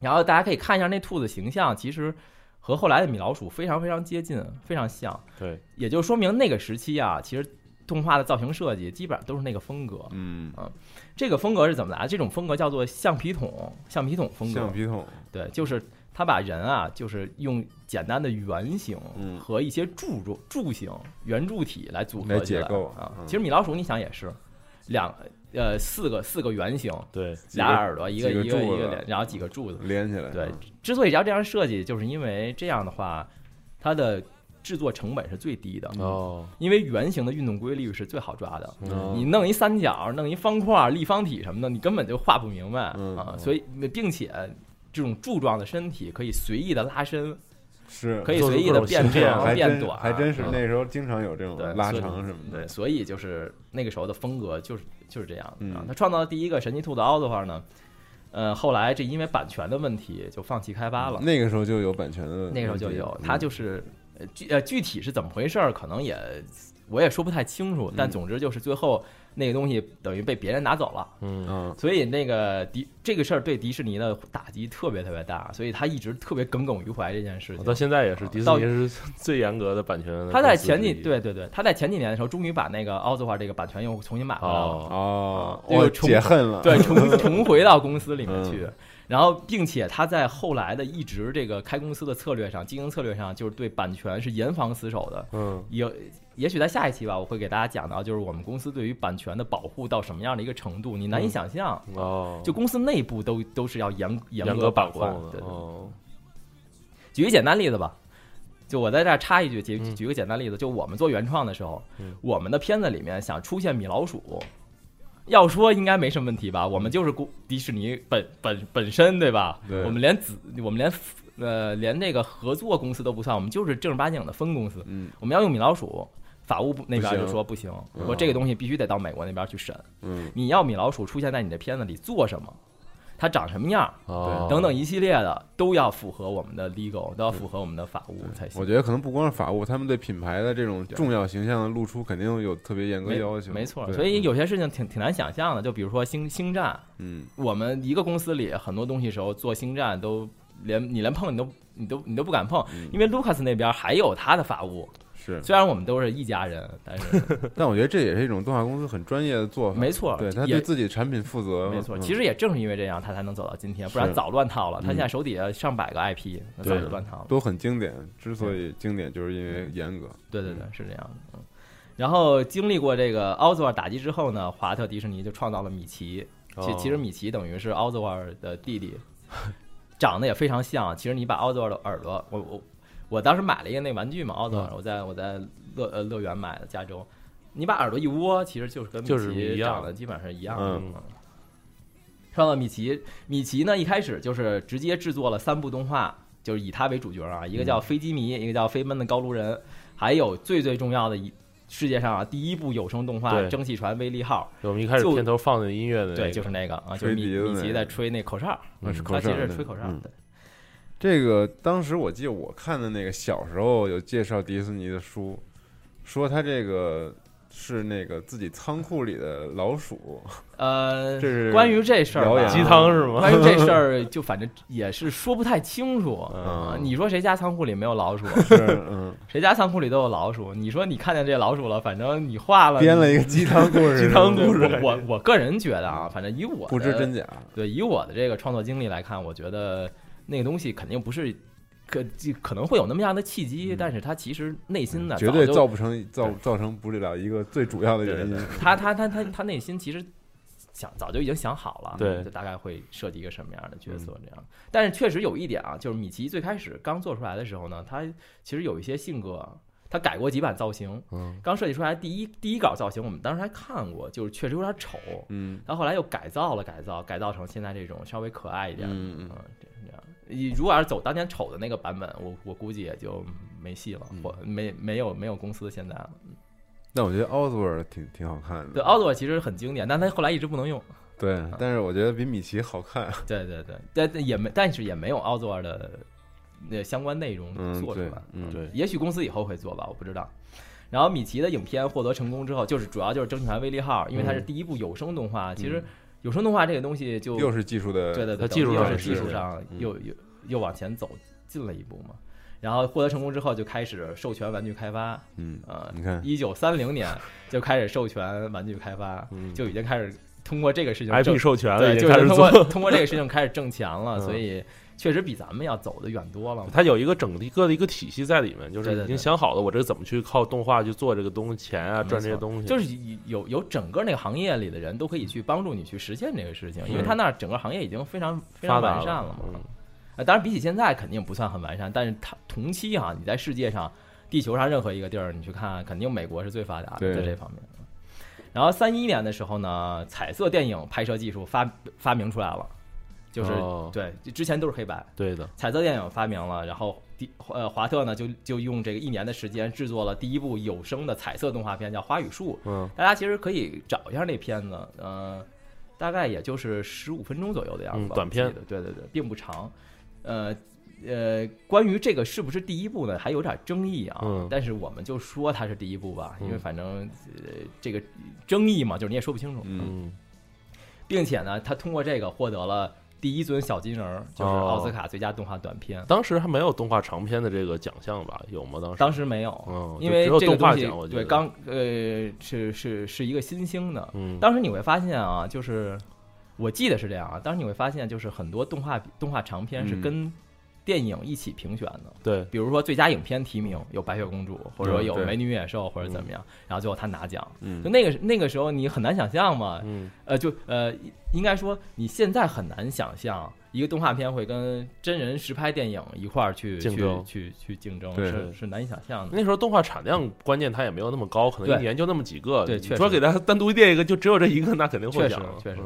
S5: 然后大家可以看一下那兔子形象，其实和后来的米老鼠非常非常接近，非常像。
S4: 对，
S5: 也就说明那个时期啊，其实动画的造型设计基本上都是那个风格。
S3: 嗯，
S5: 这个风格是怎么来的？这种风格叫做橡皮桶，橡皮桶风格
S3: 橡。皮桶，
S5: 对，就是他把人啊，就是用简单的圆形
S3: 嗯
S5: 和一些柱柱柱形圆柱体来组合
S3: 来
S5: 起
S3: 解
S5: 来
S3: 构
S5: 啊。
S3: 嗯
S5: 其实米老鼠你想也是，两呃四个四个圆形，
S4: 对，
S3: 几个
S5: 俩耳朵一个
S3: 几个
S5: 一个
S3: 柱
S5: 一
S3: 子
S5: 个
S3: 嗯
S5: 脸，然后几个柱子。
S3: 连起来，啊
S5: 对，之所以要这样设计，就是因为这样的话，它的制作成本是最低的。
S4: 哦，
S5: 因为圆形的运动规律是最好抓的。
S3: 嗯
S5: 你弄一三角，弄一方块、立方体什么的，你根本就画不明白
S3: 嗯
S5: 啊。所以，并且这种柱状的身体可以随意的拉伸，
S3: 是
S5: 可以
S4: 做出
S5: 随意
S4: 各
S5: 的
S4: 种
S5: 变
S4: 形状
S5: 长、
S3: 还
S5: 变
S3: 真
S5: 短，
S3: 还真是
S5: 嗯
S3: 那时候经常有这种
S5: 对
S3: 拉
S5: 所以
S3: 长什么的
S5: 对，，所以就是那个时候的风格就是就是这样的啊
S3: 嗯。
S5: 他创造的第一个神奇兔子奥的话呢，呃，后来这因为版权的问题就放弃开发了。
S3: 那个时候就有版权的问题，
S5: 那个时候就有，
S3: 嗯
S5: 他就是呃具呃具体是怎么回事儿，可能也我也说不太清楚，
S4: 嗯
S5: 但总之就是最后那个东西等于被别人拿走了，
S4: 嗯，
S3: 嗯
S5: 所以那个迪这个事儿对迪士尼的打击特别特别大，所以他一直特别耿耿于怀这件事
S4: 到
S5: 情。
S4: 现在也是，迪士
S5: 到
S4: 尼是最严格的版权公司之一。
S5: 他在前几对对对，他在前几年的时候，终于把那个奥兹化这个版权又重新买回来了。
S4: 哦，
S3: 哦，
S5: 这个
S3: 我
S5: 重
S3: 解恨了，
S5: 对，重重回到公司里面
S4: 嗯
S5: 去。然后，并且他在后来的一直这个开公司的策略上、经营策略上，就是对版权是严防死守的。
S4: 嗯，
S5: 有，也许在下一期吧，我会给大家讲到，就是我们公司对于版权的保护到什么样的一个程度，你
S4: 嗯
S5: 难以想象。
S4: 哦，
S5: 就公司内部都都是要严
S4: 严
S5: 格
S4: 管
S5: 管
S4: 控
S5: 控
S4: 的
S5: 对，对
S4: 哦，
S5: 举个简单例子吧，就我在这儿插一句，举
S4: 嗯
S5: 举个简单例子，就我们做原创的时候
S4: 嗯，
S5: 我们的片子里面想出现米老鼠，要说应该没什么问题吧？我们就是故迪士尼本本本身对吧？
S3: 对
S5: 我们连子，我们连呃连那个合作公司都不算，我们就是正儿八经的分公司。
S3: 嗯
S5: 我们要用米老鼠，法务部那边就说不行，说这个东西必须得到美国那边去审。
S3: 嗯，
S5: 你要米老鼠出现在你的片子里做什么？它长什么样？
S4: 哦
S5: 等等一系列的都要符合我们的 legal，都要符合我们的法务才 行。
S3: 我觉得可能不光是法务，他们对品牌的这种重要形象的露出，肯定有特别严格
S5: 没
S3: 要求。
S5: 没错。
S3: 对
S5: 所以有些事情挺挺难想象的，就比如说星星战，
S3: 嗯，
S5: 我们一个公司里很多东西时候做星战都连你连碰你都你都你都不敢碰，
S3: 嗯
S5: 因为 Lucas 那边还有他的法务，
S3: 是，
S5: 虽然我们都是一家人，但是
S3: 但我觉得这也是一种动画公司很专业的做法。
S5: 没错，
S3: 对他
S5: 也
S3: 对自己产品负责。
S5: 没错，
S3: 嗯
S5: 其实也正是因为这样，他才能走到今天，不然
S3: 是嗯
S5: 早乱套了。他现在手底下上百个 IP，那早
S4: 对
S5: 就乱套了。
S3: 都很经典，之所以经典，就是因为严格。
S5: 对对对，是这样的。嗯，然后经历过这个奥兹尔打击之后呢，华特迪士尼就创造了米奇。其
S4: 哦
S5: 其实米奇等于是奥兹尔的弟弟， 长得也非常像。啊其实你把奥兹尔的耳朵，我我我当时买了一个那玩具嘛，奥兹尔，
S4: 嗯
S5: 我在我在乐呃乐园买的，加州。你把耳朵一窝，其实就是跟米
S4: 就是一
S5: 奇
S4: 样
S5: 长得基本上是一样的。
S4: 嗯
S5: 创造米奇，米奇呢一开始就是直接制作了三部动画，就是以他为主角啊，一个叫《
S4: 嗯
S5: 飞机迷》，一个叫《飞奔的高卢人》，还有最最重要的一世界上啊第一部有声动画
S4: 对
S5: 《蒸汽船威力号
S4: 我们一开始
S5: 就
S4: 片头放的音乐的那》，个，
S5: 对，就是那个啊，就
S3: 吹
S5: 是米
S3: 笛子
S5: 米
S3: 那
S5: 奇
S3: 个
S5: 在吹那口哨，
S3: 那是口
S5: 他其
S3: 哨
S5: 实是
S3: 对
S5: 吹口哨，
S3: 嗯
S5: 对，
S3: 这个当时我记得我看的那个小时候有介绍迪士尼的书，说他这个是那个自己仓库里的老鼠，
S5: 呃，
S3: 这是
S5: 关于这事儿
S3: 谣
S5: 吧
S3: 言
S4: 鸡汤是 吗？
S5: 关于这事儿，就反正也是说不太清楚啊。
S3: 嗯
S5: 你说谁家仓库里没有老鼠？
S3: 是嗯，
S5: 谁家仓库里都有老鼠？你说你看见这老鼠了，反正你画了，
S3: 编了一个鸡汤故 事，
S4: 鸡汤故事
S5: 我我我个人觉得啊，反正以我的
S3: 不知真假，
S5: 对以我的这个创作经历来看，我觉得那个东西肯定不是可就可能会有那么样的契机，但是他其实内心呢，
S3: 嗯绝对
S5: 早就
S3: 造不成造造成不了一个最主要的原因，
S5: 他他他他他内心其实想早就已经想好了，
S4: 对
S5: 就大概会设计一个什么样的角
S3: 嗯
S5: 色这样。但是确实有一点啊，就是米奇最开始刚做出来的时候呢，他其实有一些性格。他改过几版造型，
S4: 嗯
S5: 刚设计出来第一第一稿造型，我们当时还看过，就是确实有点丑，
S3: 嗯
S5: 他后来又改造了，改造改造成现在这种稍微可爱一点的，
S3: 嗯嗯
S5: 嗯，这这样。你如果要是走当年丑的那个版本，我我估计也就没戏了，
S3: 嗯
S5: 或没没有没有公司现在了。
S3: 但我觉得奥斯尔挺挺好看
S5: 对，
S3: 的，
S5: 啊奥多其实很经典，但他后来一直不能用。
S3: 对，但是我觉得比米奇好看，
S5: 对对对，但但也没，但是也没有奥多的那相关内容
S3: 嗯，
S5: 做出
S3: 对
S5: 来。，
S3: 嗯，
S4: 对
S5: 也许公司以后会做吧，我不知道。然后米奇的影片获得成功之后，就是主要就是《蒸汽船威力号》，因为它是第一部有声动画。其实有声动画这个东西就
S3: 又是技术的，
S5: 对对
S4: 它
S5: 对，
S4: 技术
S5: 又
S4: 上
S5: 是
S4: 是
S5: 技术上
S3: 嗯
S5: 又又又往前走进了一步嘛。然后获得成功之后，就开始授权玩具开发。
S3: 嗯，
S5: 呃，
S3: 你看
S5: 一九三零年就开始授权玩具开发，就已经开始通过这个事情挣
S4: ，IP 授权了，
S5: 对，
S4: 已经
S5: 就已
S4: 开始
S5: 经通
S4: 做。
S5: 过通过这个事情开始挣钱了，
S4: 嗯
S5: 所以确实比咱们要走的远多了 嘛。
S4: 它有一个整一个的一个体系在里面，就
S5: 对
S4: 是
S5: 对
S4: 已经
S5: 对
S4: 想好了，我这个怎么去靠动画去做这个东西，钱啊，
S5: 没
S4: 赚这些
S5: 错
S4: 东西，
S5: 就是有有整个那个行业里的人都可以去帮助你去实现这个事情，因为
S4: 是
S5: 他那儿整个行业已经非常非
S4: 发
S5: 常
S4: 达
S5: 完善了
S4: 了
S5: 嘛。
S4: 嗯
S5: 呃，当然比起现在肯定不算很完善，但是它同期哈、你在世界上、地球上任何一个地儿，你去看，肯定美国是最发达的
S3: 对
S5: 在这方面。然后三一年的时候呢，彩色电影拍摄技术发发明出来了，就是、
S4: 哦
S5: 对，就之前都是黑白，
S4: 对的，
S5: 彩色电影发明了，然后第呃华特呢就就用这个一年的时间制作了第一部有声的彩色动画片，叫《花与树》。
S4: 嗯，
S5: 大家其实可以找一下那片子，呃，大概也就是十五分钟左右的样子吧
S4: 嗯，短片
S5: 我记得，对对对，并不长。呃呃，关于这个是不是第一部呢，还有点争议啊。
S4: 嗯
S5: 但是我们就说它是第一部吧，因为
S4: 嗯
S5: 反正呃这个争议嘛，就是你也说不清楚。
S3: 嗯，
S4: 嗯，
S5: 并且呢，他通过这个获得了第一尊小金人儿，就是
S4: 哦
S5: 奥斯卡最佳动画短片。
S4: 当时还没有动画长片的这个奖项吧？有吗？当时
S5: 当时没有，
S4: 嗯
S5: 因
S4: 就
S5: 为
S4: 只有
S5: 这个
S4: 动画
S5: 东西
S4: 奖我觉
S5: 对
S4: 得
S5: 刚呃是是是一个新兴的。
S4: 嗯，
S5: 当时你会发现啊，就是我记得是这样啊，当时你会发现就是很多动画动画长片是
S3: 嗯
S5: 跟电影一起评选的，
S4: 对，
S5: 比如说最佳影片提名有《白雪公主》，或者说
S3: 嗯
S5: 有
S3: 对
S5: 《美女与野兽》或者怎么样，然后最后他拿奖。
S3: 嗯
S5: 就那个那个时候你很难想象嘛，
S4: 嗯，
S5: 呃，就呃，应该说你现在很难想象一个动画片会跟真人实拍电影一块儿去
S4: 竞
S5: 去
S4: 争
S5: 去去竞争，
S3: 对
S5: 是是难以想象的。
S4: 那时候动画产量关键它也没有那么高，可能
S5: 对
S4: 一年就那么几个。
S5: 对
S4: 你
S5: 确
S4: 说
S5: 实
S4: 给它单独列一个，就只有这一个，那肯定获
S5: 确
S3: 嗯
S5: 实
S4: 奖了。
S5: 确实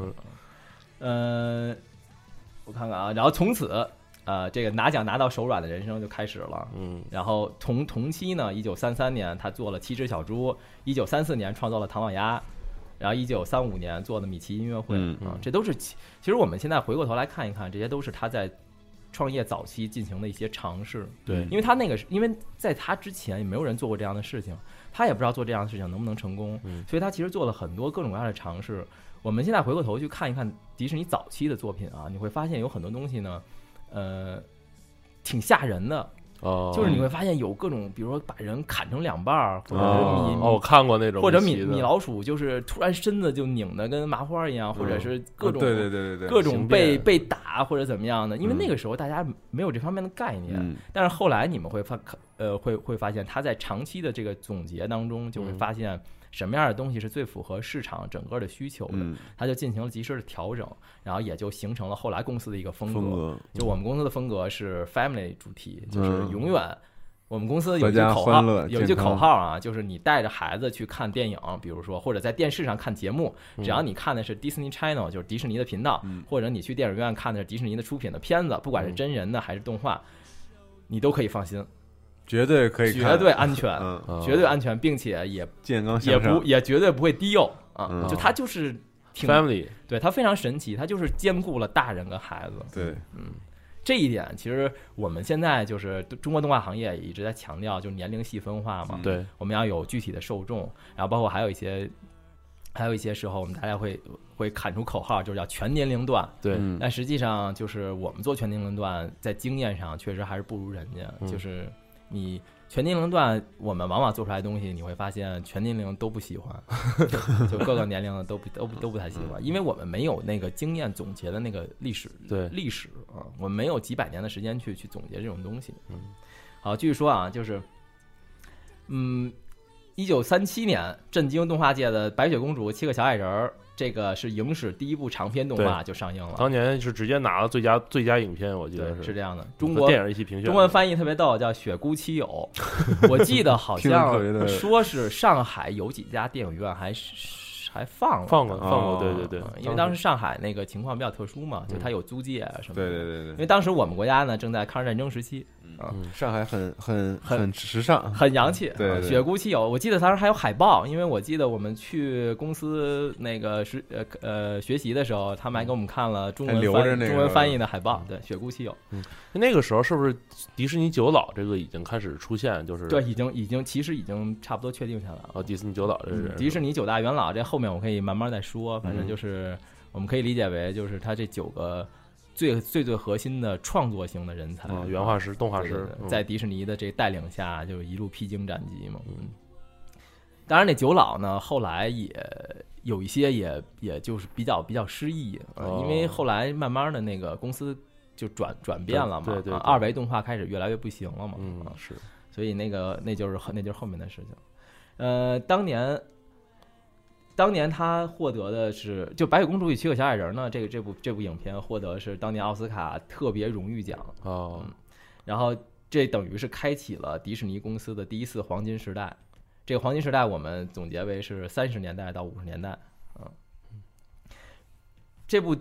S4: 嗯，
S5: 呃，我看看啊，然后从此呃，这个拿奖拿到手软的人生就开始了。
S4: 嗯
S5: 然后同同期呢，一九三三年他做了《七只小猪》，一九三四年创造了《唐老鸭》，然后一九三五年做的米奇音乐会、
S3: 嗯
S5: 啊，这都是其其实我们现在回过头来看一看，这些都是他在创业早期进行的一些尝试。
S4: 对
S5: 因为他那个是，因为在他之前也没有人做过这样的事情，他也不知道做这样的事情能不能成功，
S4: 嗯
S5: 所以他其实做了很多各种各样的尝试。我们现在回过头去看一看迪士尼早期的作品啊，你会发现有很多东西呢，呃，挺吓人的，
S4: 哦，
S5: 就是你会发现有各种，比如说把人砍成两半儿，或者是
S4: 哦
S5: 米、
S4: 哦，我看过那种
S5: 或者
S4: 米
S5: 米
S4: 奇的
S5: 米老鼠，就是突然身子就拧得跟麻花一样，或者是各
S4: 哦
S3: 嗯
S5: 种、
S3: 对对对对对，
S5: 各种
S4: 形
S5: 被
S4: 变
S5: 被打或者怎么样的，因为
S3: 嗯
S5: 那个时候大家没有这方面的概念。
S3: 嗯
S5: 但是后来你们会发呃会会发现，他在长期的这个总结当中，就会
S4: 嗯
S5: 发现什么样的东西是最符合市场整个的需求的，
S3: 嗯，
S5: 他就进行了及时的调整，然后也就形成了后来公司的一个风格。
S3: 风格
S5: 就我们公司的风格是 family 主题，就是
S3: 嗯
S5: 永远。我们公司有一句
S3: 大家
S5: 口
S3: 欢
S5: 号
S3: 乐，
S5: 有一句
S3: 健康
S5: 口号啊，就是你带着孩子去看电影，比如说或者在电视上看节目，
S3: 嗯
S5: 只要你看的是 Disney Channel，就是迪士尼的频道，或者你去电影院看的是迪士尼的出品的片子，不管是
S4: 嗯
S5: 真人的还是动画，你都可以放心，
S3: 绝对可以看，
S5: 绝对安全，
S3: 嗯，
S4: 哦
S5: 绝对安全，并且也
S3: 健康
S5: 也
S3: 向上
S5: 不，也绝对不会低幼啊
S3: 嗯，
S5: 就它就是挺，
S4: family
S5: 对它非常神奇，它就是兼顾了大人跟孩子，
S3: 对，
S5: 这一点，其实我们现在就是中国动画行业也一直在强调，就是年龄细分化嘛。
S3: 嗯
S4: 对
S5: 我们要有具体的受众，然后包括还有一些，还有一些时候我们大家会会喊出口号，就是叫全年龄段。
S4: 对
S3: 嗯
S5: 但实际上，就是我们做全年龄段，在经验上确实还是不如人家。
S4: 嗯
S5: 就是你全年龄段，我们往往做出来的东西，你会发现全年龄都不喜欢，就各个年龄的都不都不都不太喜
S4: 嗯
S5: 欢，因为我们没有那个经验总结的那个历史
S4: 对
S5: 历史啊，我们没有几百年的时间去去总结这种东西。
S4: 嗯，
S5: 好，继续说啊，就是，嗯，一九三七年震惊动画界的《白雪公主七个小矮人儿》，这个是影史第一部长篇动画就上映了，
S4: 当年是直接拿了最佳最佳影片，我记
S5: 对
S4: 得，
S5: 是
S4: 是
S5: 这样的。中
S4: 和
S5: 国
S4: 电影一起评选的，
S5: 中文翻译特别逗，叫《雪姑七友》， 我记得好
S3: 听着
S5: 像
S3: 特别的
S5: 说是上海有几家电影院还是还放了。
S4: 放过放过，对
S3: 哦
S4: 对对
S5: 嗯，因为当时上海那个情况比较特殊嘛，就它有租界啊什
S3: 嗯
S5: 么
S3: 对
S5: 的。
S3: 对
S5: 对。
S3: 对
S5: 因
S3: 对，啊
S5: 为当时我们国家呢正在抗日战争时期，
S3: 上海很很
S5: 嗯很
S3: 很时尚，
S5: 很洋气，
S3: 嗯对
S5: 啊
S3: 对
S5: 雪姑七友。我记得当时还有海报，因为我记得我们去公司那个是呃呃学习的时候，他们还给我们看了中文
S3: 还留
S5: 翻
S3: 着那个嗯
S5: 中文翻译的海报，对，雪姑七友，
S4: 那个时候是不是迪士尼九岛这个已经开始出现，就是
S5: 对，已经已经其实已经差不多确定下来了。
S4: 哦，迪士尼九岛这是
S5: 嗯迪士尼九大元老，这后面我可以慢慢再说，反
S4: 嗯
S5: 正就是我们可以理解为就是他这九个最最最核心的创作型的人才，
S4: 啊，原画师、动画
S5: 对对
S4: 师
S5: 对
S4: 嗯
S5: 在迪士尼的这带领下，就是一路披荆斩棘嘛。嗯，当然那九老呢，后来也有一些也也就是比较比较失意、呃
S4: 哦
S5: 因为后来慢慢的那个公司就转转变了嘛，
S4: 对对对
S5: 啊二维动画开始越来越不行了嘛，
S4: 嗯
S5: 啊
S4: 是
S5: 所以那个那就是后那就是后面的事情。呃，当年。当年他获得的是，就《白雪公主与七个小矮人》呢，这个这部这部影片获得是当年奥斯卡特别荣誉奖，
S4: 哦
S5: 然后这等于是开启了迪士尼公司的第一次黄金时代。这个黄金时代我们总结为是三十年代到五十年代，嗯，这部《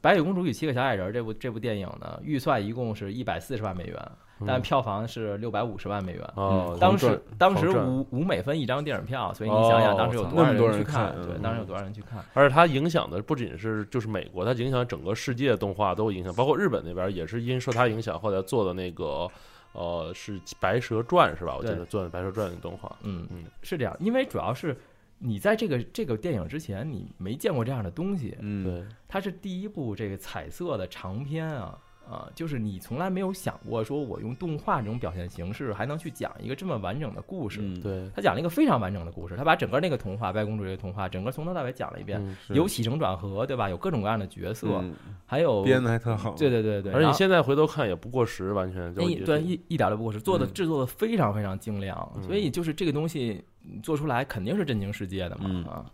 S5: 白雪公主与七个小矮人》这部这部电影呢，预算一共是一百四十万美元，但票房是六百五十万美元。
S4: 哦，
S5: 嗯
S3: 呃
S5: 当时当时
S4: 狂赚
S5: 五五美分一张电影票，所以你想想
S4: 哦
S5: 当时有
S4: 我操
S5: 多
S3: 那
S5: 少
S3: 么多
S5: 去
S3: 人
S5: 看？
S3: 看
S5: 对，
S3: 嗯
S5: 当时有多少人去看？
S4: 而且它影响的不仅是就是美国，它影响整个世界动画都有影响，包括日本那边也是因受它影响，后来做的那个呃是《白蛇传》是吧？我记得
S5: 对
S4: 做的《白蛇传》的动画，
S5: 嗯
S4: 嗯，
S5: 是这样，因为主要是你在这个这个电影之前，你没见过这样的东西，
S3: 嗯，
S4: 对，
S5: 它是第一部这个彩色的长篇啊啊，就是你从来没有想过，说我用动画这种表现形式还能去讲一个这么完整的故事。
S3: 嗯，
S4: 对，
S5: 他讲了一个非常完整的故事，他把整个那个童话《白雪公主》这个童话，整个从头到尾讲了一遍，
S4: 嗯
S3: 是
S5: 有起承转合，对吧？有各种各样的角色，
S3: 嗯
S5: 还有
S3: 编的还特好，
S5: 对对对对，
S4: 而且
S5: 然
S4: 你
S5: 后
S4: 现在回头看也不过时，完全就
S5: 一
S4: 也
S5: 哎对
S4: 是
S5: 一一点都不过时，做的
S3: 嗯
S5: 制作的非常非常精良，
S4: 嗯
S5: 所以就是这个东西做出来肯定是震惊世界的嘛、
S3: 嗯
S5: 啊，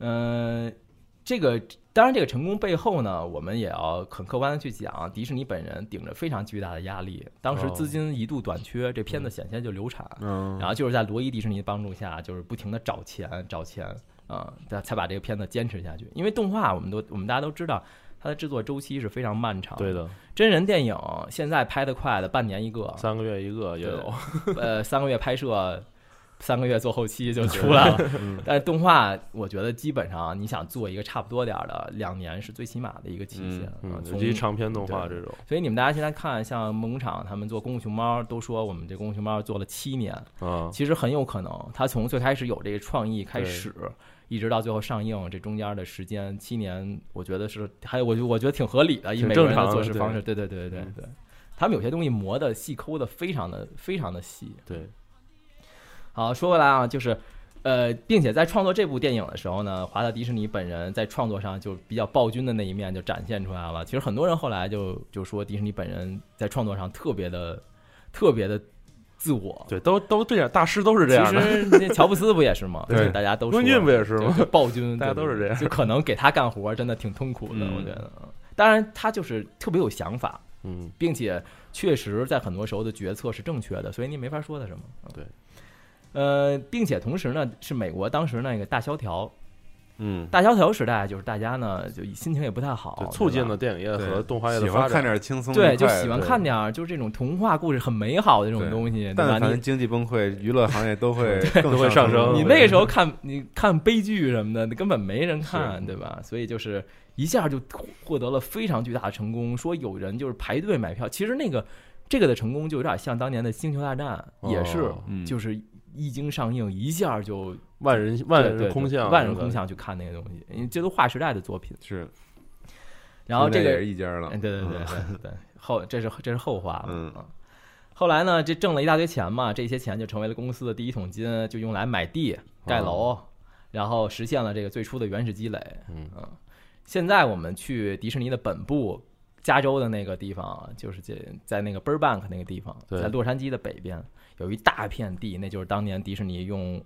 S5: 嗯，这个当然这个成功背后呢，我们也要很客观的去讲，迪士尼本人顶着非常巨大的压力，当时
S4: 哦
S5: 资金一度短缺，这片子险些就流产，
S3: 嗯，
S5: 然后就是在罗伊迪士尼的帮助下，就是不停的找钱找钱啊，才、才把这个片子坚持下去。因为动画我们都我们大家都知道，它的制作周期是非常漫长。
S4: 对，的，
S5: 真人电影现在拍的快的，半年一个，
S4: 三个月一
S5: 啊
S4: 个也有，
S5: 呃，三个月拍摄，三个月做后期就出 来了。
S4: 嗯
S5: 但是动画，我觉得基本上你想做一个差不多点儿的，两年是最起码的一个期限。啊
S4: 嗯，尤
S5: 从
S4: 其长篇动画
S5: 对
S4: 这种，
S5: 所以你们大家现在看，像梦工厂他们做《功夫熊猫》，都说我们这《功夫熊猫》做了七年，
S4: 啊，
S5: 其实很有可能，它从最开始有这个创意开始，一直到最后上映，这中间的时间七年，我觉得是还有我就我觉得挺合理的，以
S4: 挺
S5: 美国
S4: 正
S5: 人
S4: 常
S5: 的
S4: 的嗯
S5: 做事方式，对对对对对对，他们有些东西磨的细抠的非常的非常的细。
S4: 对，
S5: 好，说回来啊，就是。呃，并且在创作这部电影的时候呢，华特迪士尼本人在创作上就比较暴君的那一面就展现出来了。其实很多人后来就就说，迪士尼本人在创作上特别的、特别的自我，
S4: 对，都都这样，大师都是 这样
S5: 其
S4: 的，
S5: 实那乔布斯不也是吗？
S3: 对
S5: 就大家都说
S4: 温俊不也是
S5: 对
S4: 吗？
S5: 就暴 君，
S4: 大家都是这样
S5: 对就可能给他干活真的挺痛苦的，
S4: 嗯
S5: 我觉得。当然，他就是特别有想法，
S4: 嗯，
S5: 并且确实在很多时候的决策是正确的，所以你没法说他什么。嗯
S4: 对。
S5: 呃，并且同时呢，是美国当时那个大萧条，
S4: 嗯，
S5: 大萧条时代，就是大家呢就心情也不太好，
S4: 对，
S5: 哦对
S4: 促进
S5: 吧
S4: 了电影业
S3: 对
S4: 和动画业
S3: 喜
S4: 的
S3: 欢
S4: 发
S3: 看
S4: 展。
S3: 点轻松，
S5: 对，就喜欢
S4: 对
S5: 看点儿就是这种童话故事，很美好的这种
S3: 对
S5: 东西，对吧？
S3: 但
S5: 你
S3: 凡经济崩溃，娱乐行业都 会
S4: 都
S3: 更
S4: 会上升
S5: 你
S4: 嗯
S5: 那个时候看你看悲剧什么的，根本没人看，对吧？所以就是一下就获得了非常巨大的成功。说有人就是排队买票，其实那个这个的成功就有点像当年的《星球大战》，也是、
S4: 哦
S3: 嗯
S5: 就是一经上映，一下就
S4: 万人
S5: 对
S4: 万
S5: 对
S4: 人
S5: 对
S4: 空巷，
S5: 万人空。巷去看那个东西，因为这都划时代的作品。
S3: 是，
S4: 嗯
S5: 然后
S3: 现在
S5: 这个
S3: 也是一家了
S5: 嗯，，对对对对对，后这是这是后话嘛。
S3: 嗯
S5: 啊后来呢，这挣了一大堆钱嘛，这些钱就成为了公司的第一桶金，就用来买地、盖楼，然后实现了这个最初的原始积累。啊
S4: 嗯
S5: 现在我们去迪士尼的本部，加州的那个地方，啊就是这在那个 Burbank 那个地方，
S4: 对
S5: 在洛杉矶的北边有一大片地，那就是当年迪士尼用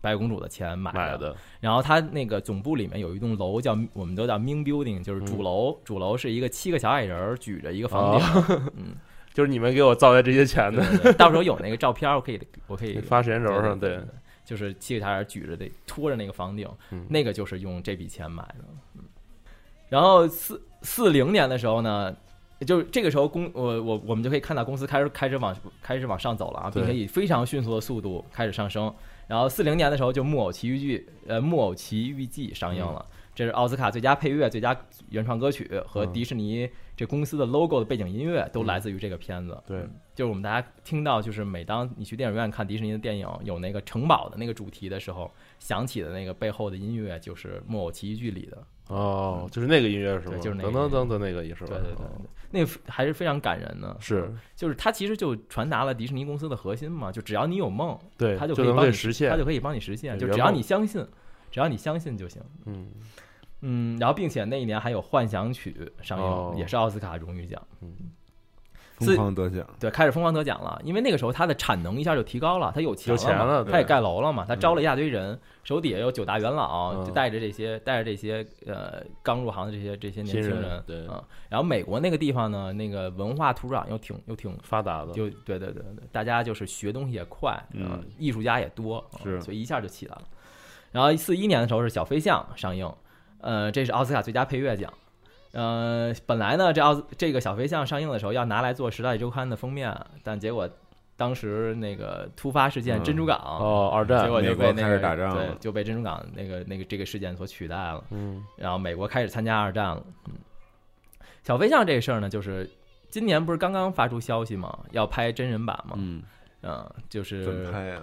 S5: 白雪公主的钱买
S4: 买的，
S5: 然后它那个总部里面有一栋楼叫我们都叫 Ming Building，就是主楼，主楼是一个七个小矮人儿举着一个房顶，
S4: 就是你们给我造的这些钱的，
S5: 对对对到时候有那个照片儿，我可以我可以
S4: 发时间轴上，
S5: 对
S4: 对，
S5: 就是七个小孩举着的拖着那个房顶，
S4: 嗯
S5: 那个就是用这笔钱买的。嗯，然后四四零年的时候呢，就是这个时候公我我我们就可以看到公司开始开始往开始往上走了啊，
S4: 对
S5: 并且以非常迅速的速度开始上升。然后四零年的时候就《木偶奇遇记》呃《木偶奇遇记》上映了，这是奥斯卡最佳配乐、最佳原创歌曲和
S4: 嗯
S5: 迪士尼这公司的 logo 的背景音乐都来自于这个片子。
S4: 对
S5: 嗯就是我们大家听到，就是每当你去电影院看迪士尼的电影，有那个城堡的那个主题的时候，响起的那个背后的音乐就是《木偶奇遇记》里的。
S4: 哦，就是那个音乐是吗？
S5: 对就是那个
S4: 噔噔噔的那个也是吧？
S5: 对对对
S4: 哦
S5: 对，那个还是非常感人的。
S4: 是
S5: 就是它其实就传达了迪士尼公司的核心嘛，就只要你有梦，
S4: 对，
S5: 它
S4: 就
S5: 可以
S4: 能
S5: 帮
S4: 被
S5: 你
S4: 实现
S5: 它就。可以帮你实现，
S4: 对
S5: 就
S4: 圆
S5: 只要
S4: 梦
S5: 你相信，只要你相信就行。
S4: 嗯，
S5: 嗯，然后并且那一年还有《幻想曲》上映，
S4: 哦
S5: 也是奥斯卡荣誉奖。
S3: 疯狂得奖，
S5: 对，开始疯狂得奖了，因为那个时候它的产能一下就提高了，它有钱
S4: 有钱
S5: 了
S4: 了
S5: 嘛，
S4: 对
S5: 它也盖楼了嘛，它招了一大堆人，手底下有九大元老，
S4: 嗯
S5: 就带着这些带着这些呃刚入行的这些这些年
S4: 新
S5: 轻
S4: 人
S5: 人，
S4: 对
S5: 啊，然后美国那个地方呢，那个文化土壤又挺又挺
S4: 发达的，
S5: 就对对对对，大家就是学东西也快，
S3: 嗯
S5: 呃艺术家也多，呃
S3: 是
S5: 所以一下就起来了。然后四一年的时候是《小飞象》上映，呃，这是奥斯卡最佳配乐奖。呃，本来呢，这奥斯这个《小飞象》上映的时候要拿来做《时代周刊》的封面，但结果当时那个突发事件
S3: 嗯
S5: 珍珠港，
S4: 哦，二
S5: 结
S4: 战，
S5: 果就被
S3: 美国
S5: 那
S3: 开
S5: 个
S3: 始打仗
S5: 对
S3: 了
S5: 就被珍珠港那个那个这个事件所取代了。
S4: 嗯，
S5: 然后美国开始参加二战了。嗯，小飞象这个事儿呢，就是今年不是刚刚发出消息嘛，要拍真人版嘛，
S3: 嗯，
S5: 嗯，就是
S3: 怎。拍呀？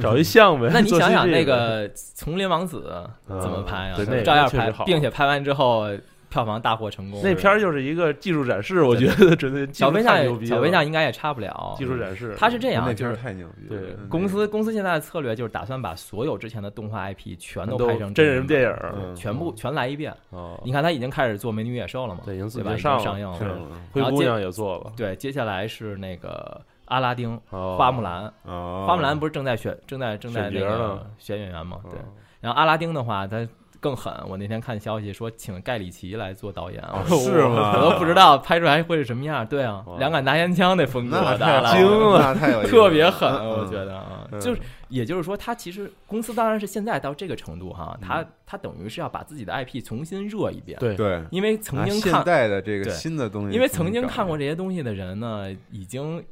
S4: 找一项呗。
S5: 那你
S4: 做
S5: 想想
S4: CG
S5: 那
S4: 的，
S5: 个《丛林王子》怎么拍啊？
S4: 嗯对那个
S5: 照样
S4: 确
S5: 拍
S4: 实好，
S5: 并且拍完之后票房大获成功。
S4: 那片儿就是一个技术展示，我觉得真的技术
S5: 小飞象
S4: 太牛
S5: 也，
S4: 逼
S5: 小
S4: 了
S5: 飞象应该也差不了
S4: 技。术展示，
S5: 它是这
S3: 那
S5: 样，啊就
S3: 片儿
S5: 是
S3: 太牛逼了，
S4: 对
S3: 嗯
S5: 公司公司现在的策略就是打算把所有之前的动画 IP 全都
S4: 都
S5: 拍成
S4: 真人电
S5: 影，
S4: 影儿，
S3: 嗯
S5: 全部全来一遍。
S4: 哦，
S5: 你看他已经开始做《美女与野兽》了嘛？
S4: 对，银子
S5: 对吧？已经
S4: 上
S5: 上映
S4: 了，
S5: 了。
S3: 上了
S4: 灰
S5: 然后
S4: 姑
S5: 接
S4: 娘也做了，
S5: 对，接下来是那个阿拉丁、
S4: 哦
S5: 花木兰。
S3: 哦，
S5: 花木兰不是正在选正在正在
S4: 选
S5: 那
S4: 角
S5: 个
S4: 呢
S5: 选演员嘛？对
S4: 哦。
S5: 然后阿拉丁的话，他更狠。我那天看消息说请盖里奇来做导演，我说
S3: 哦是
S5: 我
S3: 吗？
S5: 都不知道拍出来会是什么样。对啊
S4: 哇，
S5: 两杆拿烟枪那风格
S3: 哦那
S5: 的
S3: 太
S5: 了，
S3: 精了，那太有意思了
S5: 特别狠，
S3: 嗯
S5: 我
S3: 嗯
S5: 觉得啊，
S3: 嗯
S5: 就是也就是说，他其实公司当然是现在到这个程度哈，他他等于是要把自己的 IP 重新热一遍，，
S4: 对，
S3: 嗯对。
S5: 因为曾
S3: 拿
S5: 经
S3: 现
S5: 看，
S3: 代的这个
S5: 对
S3: 新的东西，
S5: 因为曾经看过这些东西的人呢，已经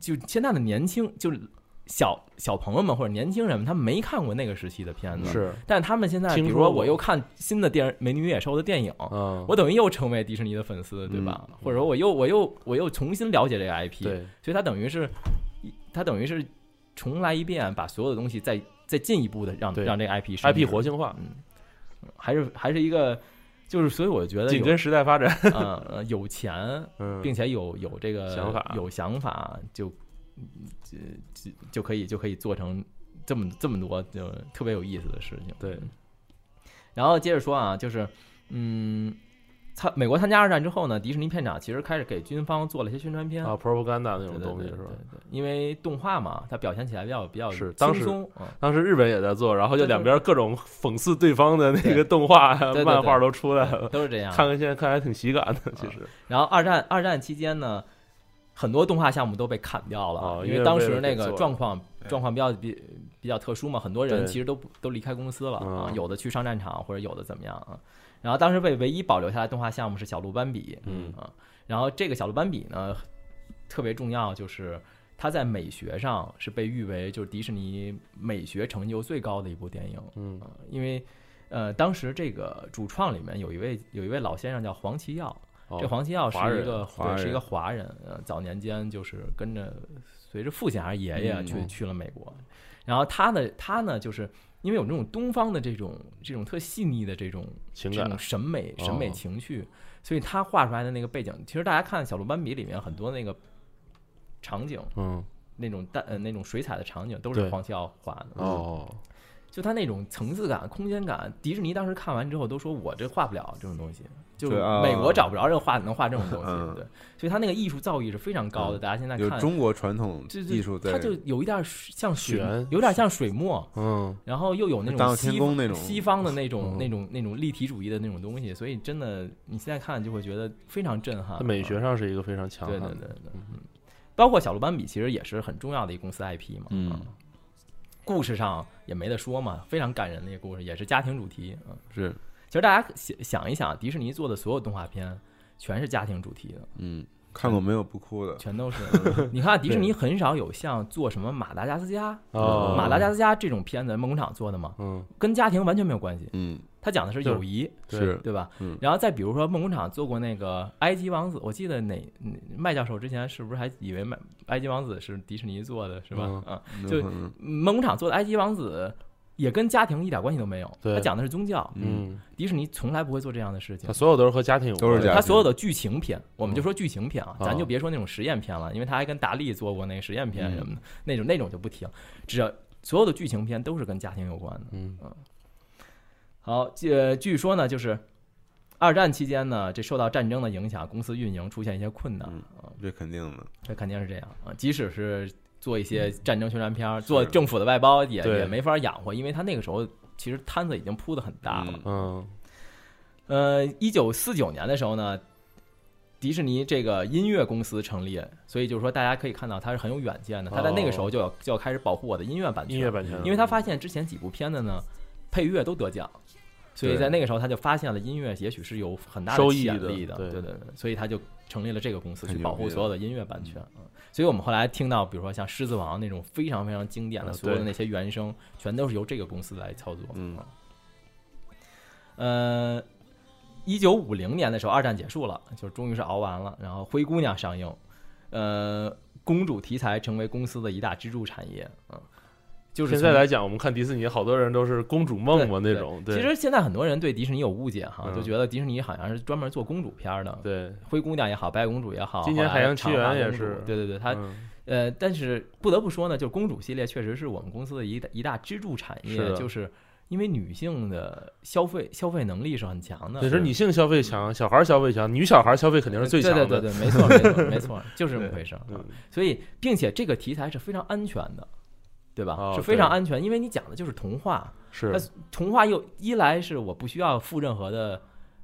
S5: 就现在的年轻就是小小朋友们或者年轻人们，他没看过那个时期的片子，，
S4: 是，
S5: 但他们现在比
S4: 听
S5: 如
S4: 说
S5: 说
S4: 过
S5: 我又看新的电《美女与野兽》的电影，
S4: 嗯，
S5: 我等于又成为迪士尼的粉丝，对吧？或者说我又我又我又重新了解这个 IP，
S4: 对，
S5: 所以它等于是，它等于是重来一遍，把所有的东西再再进一步的让
S4: 对
S5: 让这个 IP 升级
S4: IP 活性化，
S5: 还是还是一个，就是所以我觉得
S4: 紧
S5: 有
S4: 跟时代发展，
S5: 呃呃有钱，
S4: 嗯，
S5: 并且有有这个
S4: 想法
S5: 有想法就就就就可以就可以做成这么这么多就特别有意思的事情。嗯
S4: 对，
S5: 然后接着说啊，就是嗯。参美国参加二战之后呢，迪士尼片场其实开始给军方做了一些宣传片
S4: 啊，propaganda 那
S5: 对
S4: 种
S5: 对
S4: 东西
S5: 对
S4: 是吧
S5: 对？对因为动画嘛，它表现起来比较比较
S4: 是
S5: 轻
S4: 当时
S5: 松嗯
S4: 当时日本也在做，然后就
S5: 对对
S4: 两边各种讽刺对方的那
S5: 对
S4: 个动画、
S5: 对对啊
S4: 漫画都出来了。
S5: 都是这样。
S4: 看看现在看还挺喜感的，其实
S5: 然后二战二战期间呢，很多动画项目都被砍掉了，
S4: 哦
S5: 因
S4: 因为
S5: 当
S4: 为了
S5: 时那
S4: 给
S5: 个
S4: 做哎
S5: 状况状况比较比比较特殊嘛，很多人
S4: 对
S5: 其实都不都离开公司了啊，
S4: 嗯
S5: 有的去上战场或者有的怎么样啊。然后当时被唯一保留下来的动画项目是小鹿斑比，
S4: 嗯
S5: 啊，然后这个小鹿斑比呢特别重要，就是它在美学上是被誉为就是迪士尼美学成就最高的一部电影，
S4: 嗯
S5: 啊因为呃当时这个主创里面有一位有一位老先生叫黄奇耀，
S4: 哦
S5: 这黄奇耀是
S4: 华人
S5: 一个
S3: 华
S5: 对
S3: 人
S5: 是一个华人，呃，早年间就是跟着随着父亲还是爷爷
S3: 嗯
S5: 去、去了美国，然后他呢，他呢就是因为有这种东方的这种这种特细腻的这种
S4: 情
S5: 这
S4: 感
S5: 种审美审美
S4: 哦
S5: 情绪，所以他画出来的那个背景，其实大家看《小鹿斑比》里面很多那个场景，
S4: 嗯
S5: 那种淡呃那种水彩的场景都是
S4: 对
S5: 黄奇耀画的，
S4: 哦
S5: 就他那种层次感、空间感，迪士尼当时看完之后都说我这画不了这种东西，就
S3: 对啊
S5: 美国找不着人画能画这种东
S3: 嗯
S5: 西，对，所以他那个艺术造�诣是非常高的。
S3: 嗯
S5: 大家现在
S3: 有
S5: 看，
S3: 中国传统
S5: 这这
S3: 艺术在
S5: 它就有一点像水
S4: 玄，
S5: 有点像水墨，
S4: 嗯
S5: 然后又有那
S3: 大
S5: 种
S3: 闹
S5: 西
S3: 天宫那种
S5: 西方的那种
S4: 嗯
S5: 那种那种立体主义的那种东西，所以真的你现在看就会觉得非常震撼啊
S4: 它。美学上是一个非常强
S5: 对
S4: 悍
S5: 对
S4: 的，
S5: 对对，嗯包括小鹿斑比其实也是很重要的一个公司 IP 嘛，
S2: 嗯
S5: 啊，故事上也没得说嘛，非常感人的一个故事，也是家庭主题，嗯，
S3: 是
S5: 其实大家想想一想，迪士尼做的所有动画片全是家庭主题的，
S3: 嗯，看过没有不哭的，
S5: 全都是。你看啊迪士尼很少有像做什么马达加斯加、
S4: 哦
S5: 马达加斯加这种片子，梦工厂做的嘛，
S4: 嗯
S5: 跟家庭完全没有关系。
S3: 嗯，
S5: 它讲的是友谊，
S4: 对
S3: 是
S5: 对吧？
S3: 嗯
S5: 然后再比如说，梦工厂做过那个《埃及王子》，我记得哪哪麦教授之前是不是还以为麦《埃及王子》是迪士尼做的，是吧？
S4: 嗯
S5: 啊，
S3: 嗯
S5: 就
S3: 嗯
S5: 梦工厂做的《埃及王子》也跟家庭一点关系都没有，
S4: 对
S5: 它讲的是宗教。
S4: 嗯，
S5: 迪士尼从来不会做这样的事情
S4: 它。所有都是和家庭有关
S3: 都是
S4: 的
S3: 家
S5: 他
S3: 庭
S5: 所有的剧情片，我们就说剧情片啊，
S4: 嗯
S5: 咱就别说那种实验片了，因为他还跟达利做过那个实验片什么的，那种那种就不提了。只要所有的剧情片都是跟家庭有关的。
S4: 嗯
S5: 好，呃，据说呢，就是二战期间呢，这受到战争的影响，公司运营出现一些困难，
S3: 嗯这肯定的，
S5: 这肯定是这样啊。即使是做一些战争宣传片，做政府的外包也
S4: 对
S5: 也没法养活，因为他那个时候其实摊子已经铺的很大了。
S3: 嗯
S4: 嗯
S5: 呃，一九四九年的时候呢，迪士尼这个音乐公司成立，所以就是说大家可以看到它是很有远见的。它在那个时候就要就要开始保护我的音乐版权，
S4: 音乐版权，
S5: 因为他发现之前几部片子呢，配乐都得奖，所以
S3: 对
S5: 在那个时候他就发现了音乐也许是有很大
S4: 收益
S5: 潜
S4: 的
S5: 力的，
S4: 对
S5: 对对对，所以他就成立了这个公司
S3: 很
S5: 去
S3: 牛
S5: 保护
S3: 逼的
S5: 所有的音乐版权。嗯所以我们后来听到，比如说像《狮子王》那种非常非常经典的，
S4: 啊
S5: 所有的
S4: 对
S5: 那些原声全都是由这个公司来操作。
S3: 嗯
S5: 嗯，呃。一九五零年的时候，二战结束了，就终于是熬完了。然后《灰姑娘》上映，呃，公主题材成为公司的一大支柱产业。嗯，就是
S4: 现在
S5: 从
S4: 来讲，我们看迪士尼，好多人都是公主梦嘛
S5: 对
S4: 那种，对
S5: 其实现在很多人对迪士尼有误解哈，
S4: 嗯
S5: 就觉得迪士尼好像是专门做公主片儿的，
S4: 对，
S5: 灰姑娘也好，白雪公主也好，
S4: 今年
S5: 后
S4: 海
S5: 来
S4: 洋奇缘也是
S5: 长发公主对对对，它
S4: 嗯
S5: 呃，但是不得不说呢，就公主系列确实是我们公司的一大一大支柱产业
S4: 是，的
S5: 就是因为女性的消费消费能力是很强的，
S4: 那时候女性消费强，小孩儿消费强，女小孩儿消费肯定是最强的，
S5: 对对对对，没 错没错没错，就是这么
S4: 对
S5: 回事儿啊。
S4: 嗯
S5: 所以，并且这个题材是非常安全的，对吧？
S4: 哦
S5: 是非常
S4: 对
S5: 安全，因为你讲的就是童话。
S4: 是
S5: 但是童话又一来是我不需要付任何的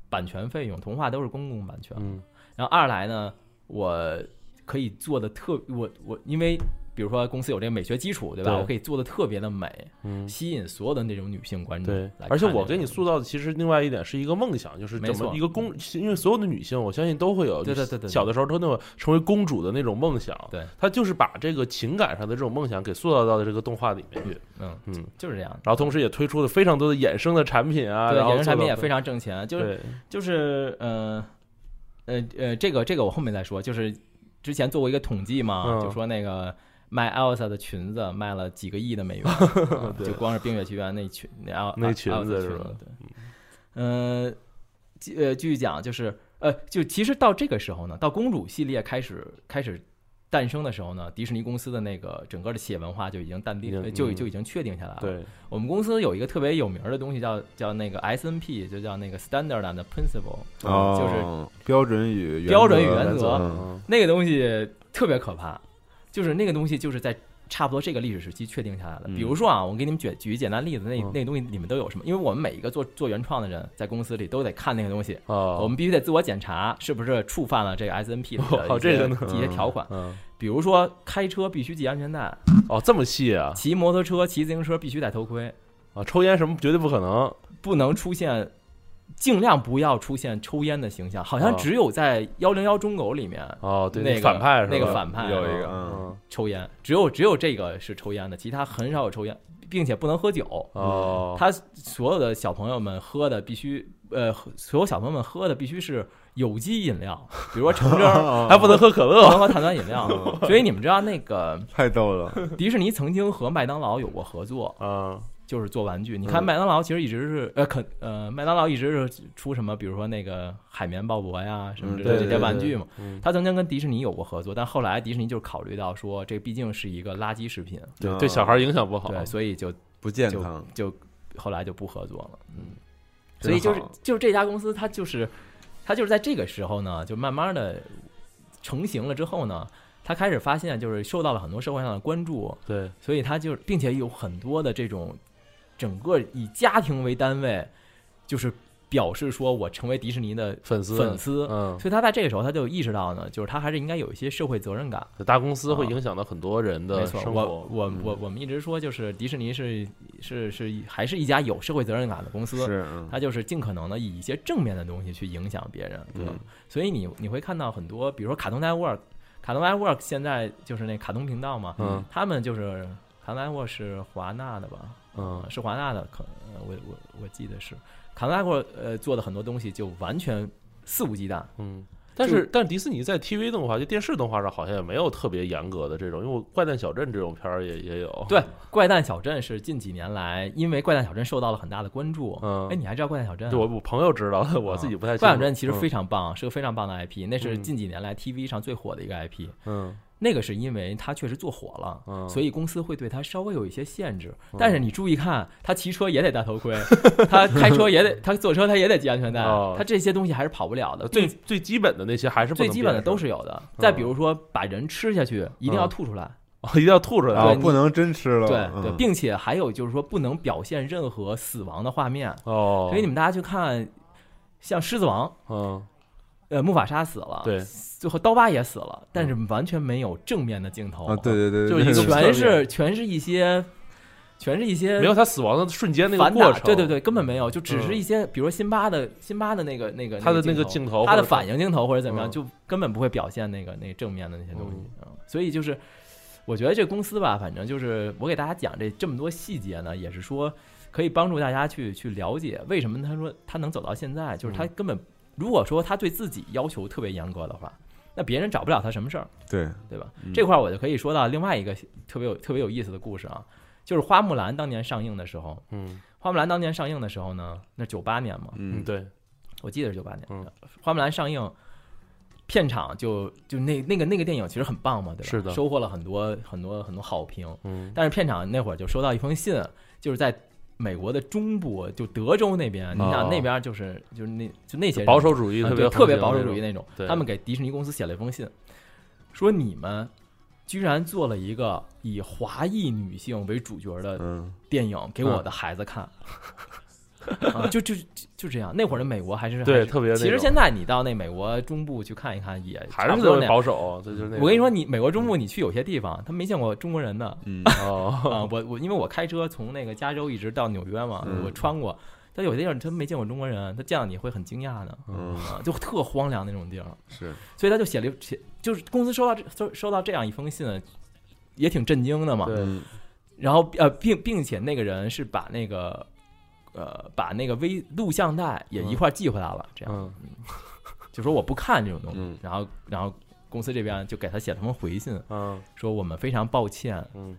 S5: 版权费用，童话都是公共版权。
S4: 嗯
S5: 然后二来呢，我可以做的特我我因为比如说公司有这个美学基础，对吧？
S4: 对
S5: 我可以做的特别的美，
S4: 嗯，
S5: 吸引所有的那种女性观众
S4: 对
S5: 嗯来看这个。
S4: 而且我给你塑造的其实另外一点是一个梦想，就是
S5: 没
S4: 怎么
S5: 错嗯
S4: 一个公，因为所有的女性我相信都会有，
S5: 对对对对对
S4: 小的时候都有成为公主的那种梦想。
S5: 对，
S4: 她就是把这个情感上的这种梦想给塑造到的这个动画里面去，
S5: 嗯
S4: 嗯，
S5: 就是这样。
S4: 然后同时也推出了非常多的衍生的产品啊，
S5: 对，
S4: 然后
S5: 衍生产品也
S4: 做到
S5: 非常挣钱，就是
S4: 对
S5: 就是呃呃呃，这个这个我后面再说，就是之前做过一个统计嘛，
S4: 嗯
S5: 就说那个卖 Elsa 的裙子卖了几个亿的美 元，啊
S4: 对
S5: 就光是冰雪奇缘那裙那 Elsa
S4: 那裙子是吧？嗯
S5: 对，呃，继呃，继续讲就是呃，就其实到这个时候呢，到公主系列开始开始。诞生的时候呢，迪士尼公司的那个整个的企业文化就已经淡定，
S4: 已经
S5: 呃就
S4: 嗯
S5: 就已经确定下来了。
S4: 对
S5: 我们公司有一个特别有名儿的东西叫叫那个 S N P，就叫那个 Standard and Principle，、
S3: 哦，就是标准与原则
S5: 标准与原则
S3: 嗯
S4: 嗯
S5: 那个东西特别可怕，就是那个东西就是在差不多这个历史时期确定下来的。
S3: 嗯
S5: 比如说啊，我给你们举举一简单例子，那、
S4: 嗯
S5: 那个东西你们都有什么？因为我们每一个做做原创的人在公司里都得看那个东西，我
S4: 哦，
S5: 们必须得自我检查是不是触犯 了这个 S N P 的
S4: 哦
S5: 一些
S4: 这个呢
S5: 一些条款。
S4: 嗯
S5: 比如说开车必须系安全带，
S4: 哦这么细啊
S5: 骑摩托车、骑自行车必须戴头盔，
S4: 啊，抽烟什么绝对不可能，
S5: 不能出现，尽量不要出现抽烟的形象。好像
S4: 哦
S5: 只有在幺零幺中狗里面
S4: 哦对，
S5: 那个
S4: 反派是吧
S5: 那个反派啊
S3: 有一个
S4: 嗯
S5: 抽烟，只有只有这个是抽烟的，其他很少有抽烟，并且不能喝酒。
S4: 哦，
S5: 他所有的小朋友们喝的必须，呃，喝所有小朋友们喝的必须是有机饮 料，比如说橙汁儿，
S4: 还不能喝可
S5: 不
S4: 乐
S5: 能喝碳酸饮料。
S4: 哦
S5: 所以你们知道那个
S3: 太逗 了，
S5: 迪士尼曾经和麦当劳有过合作，
S4: 啊，
S5: 就是做玩具。你看
S4: 嗯
S5: 麦当劳其实一直是呃肯呃麦当劳一直是出什么，比如说那个海绵鲍勃呀什么之类
S4: 嗯
S5: 的
S4: 对
S5: 这些玩具嘛。
S4: 嗯
S5: 他曾经跟迪士尼有过合作，但后来迪士尼就是考虑到说这毕竟是一个垃圾食品，
S4: 对
S3: 嗯
S4: 对小孩影响不好，
S5: 对，所以就
S3: 不健康，
S5: 就后来就不合作了。嗯，
S3: 真
S5: 所以就是
S3: 好
S5: 就是这家公司，它就是它就是在这个时候呢，就慢慢的成型了之后呢，它开始发现就是受到了很多社会上的关注，
S4: 对
S5: 所以它就并且有很多的这种整个以家庭为单位，就是表示说我成为迪士尼的
S4: 粉丝
S5: 粉丝。
S4: 嗯，
S5: 所以他在这个时候，他就意识到呢，就是他还是应该有一些社会责任感。
S4: 大公司会
S5: 啊
S4: 影响到很多人
S5: 没
S4: 的
S5: 错，
S4: 生
S5: 我
S4: 活。嗯
S5: 我我我们一直说，就是迪士尼是是是还是一家有社会责任感的公司，
S3: 是嗯
S5: 它就是尽可能的以一些正面的东西去影响别人。
S3: 嗯
S5: 嗯所以你你会看到很多，比如说卡通 network，卡通 network 现在就是那卡通频道嘛，
S4: 嗯
S5: 他们就是卡通 network 是华纳的吧？
S4: 嗯
S5: 是华纳的，可呃我我我记得是卡通 network 呃做的很多东西就完全肆无忌惮，
S4: 嗯，但是但迪士尼在 TV 动画就电视动画上好像也没有特别严格的这种，因为我《怪诞小镇》这种片儿也也有。
S5: 对，《怪诞小镇》是近几年来，因为《怪诞小镇》受到了很大的关注。
S4: 嗯
S5: 哎，你还知道《怪诞小镇》啊？
S4: 就我我朋友知道的，我自己不太
S5: 《
S4: 清楚。
S5: 怪诞小镇》其实非
S4: 常
S5: 常棒，是个非常棒的 IP，那是
S4: 嗯
S5: 近几年来 TV 上最火的一个 IP。
S4: 嗯
S5: 那个是因为它确实做火了，
S4: 嗯
S5: 所以公司会对它稍微有一些限制。但是你注意看，他骑车也得戴头盔，他开车也得，他坐车他也得系安全带
S4: 哦，
S5: 他这些东西还是跑不了的。
S4: 呃最
S5: 并
S4: 最基本的那些还是不
S5: 嗯最
S4: 能
S5: 基本的
S4: 变
S5: 都是有的。再
S4: 嗯
S5: 比如说，把人吃下去一定要
S4: 嗯
S5: 吐出来，
S4: 哦 一定要吐出来。
S3: 啊，
S5: 对
S3: 不能真吃了，
S5: 对对，
S3: 嗯
S5: 并且还有就是说不能表现任何死亡的画面，
S4: 哦，
S5: 所以你们大家去看，像《狮子王》，
S4: 嗯
S5: 呃，木法沙死了，，
S4: 对，嗯
S5: 最后刀疤也死了，但是完全没有正面的镜头
S3: 啊，对，对对，
S4: 就
S3: 对
S4: 一个
S3: 对
S5: 全
S4: 侧
S5: 是全是一些，全是一些
S4: 没有他死亡的瞬间那个
S5: 呃反
S4: 过
S5: 打，
S4: 程。
S5: 对对对，，根本没有，就只
S4: 嗯
S5: 是一些，比如说辛巴的辛巴的那个那个
S4: 他的那个
S5: 镜
S4: 镜
S5: 头
S4: 头，
S5: 他的
S4: 或者
S5: 反应镜头或者怎么样，
S4: 嗯
S5: 就根本不会表现那个那个正面的那些东西。嗯所以就是，我觉得这公司吧，反正就是我给大家讲这这么多细节呢，也是说可以帮助大家去去了解为什么他说他能走到现在，
S4: 嗯
S5: 就是他根本如果说他对自己要求特别严格的话，那别人找不了他什么事儿，
S3: 对，
S5: 对吧？
S3: 嗯
S5: 这块儿我就可以说到另外一个特别有特别有意思的故事啊，就是花木兰当年上映的时候，
S4: 嗯
S5: 花木兰当年上映的时候呢，那九八年嘛，
S4: 嗯
S3: 嗯，
S4: 对，
S5: 我记得是九八年，
S4: 嗯
S5: 花木兰上映，片场就就那那个那个电影其实很棒嘛，对吧？
S4: 是的
S5: 收获了很多很多很多好评。
S4: 嗯
S5: 但是片场那会儿就收到一封信，就是在美国的中部，就德州那边，你
S4: 哦
S5: 想那边就是就是那就那些人
S4: 保守主义
S5: 啊
S4: 特
S5: 对
S4: 别
S5: 特
S4: 特
S5: 别保守主义那种
S4: 对，
S5: 他们给迪士尼公司写了一封信，说你们居然做了一个以华裔女性为主角的
S3: 嗯
S5: 电影给我的孩子看， 啊，就就就就这样。那会儿的美国还是
S4: 对
S5: 还是
S4: 特别那种
S5: 其实现在你到那美国中部去看一看，也
S4: 还
S5: 差
S4: 是
S5: 不
S4: 特
S5: 多那
S4: 别
S5: 样。
S4: 保守，这就是那种。嗯
S5: 我跟你说，你美国中部你去有些地方，他没见过中国人的
S3: 嗯，
S4: 哦，
S5: 啊。我我因为我开车从那个加州一直到纽约嘛，
S3: 嗯
S5: 我穿过，他有些地方真没见过中国人，他见到你会很惊讶的，
S3: 嗯
S5: 啊，就特荒凉那种地儿。
S3: 是，
S5: 所以他就写了一写，就是公司收到这收收到这样一封信，也挺震惊的嘛。
S4: 对
S3: 嗯
S5: 然后呃，并并且那个人是把那个呃把那个微录像带也一块儿寄回来了，这样
S4: 嗯，
S5: 就说我不看这种东西。
S3: 嗯
S5: 然后然后公司这边就给他写了封回信，
S4: 嗯
S5: 说我们非常抱歉
S4: 嗯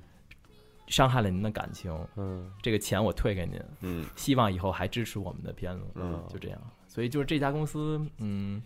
S5: 伤害了您的感情，
S4: 嗯，
S5: 这个钱我退给您，
S3: 嗯
S5: 希望以后还支持我们的片子。
S3: 嗯
S4: 啊
S5: 就这样。所以就是这家公司，嗯，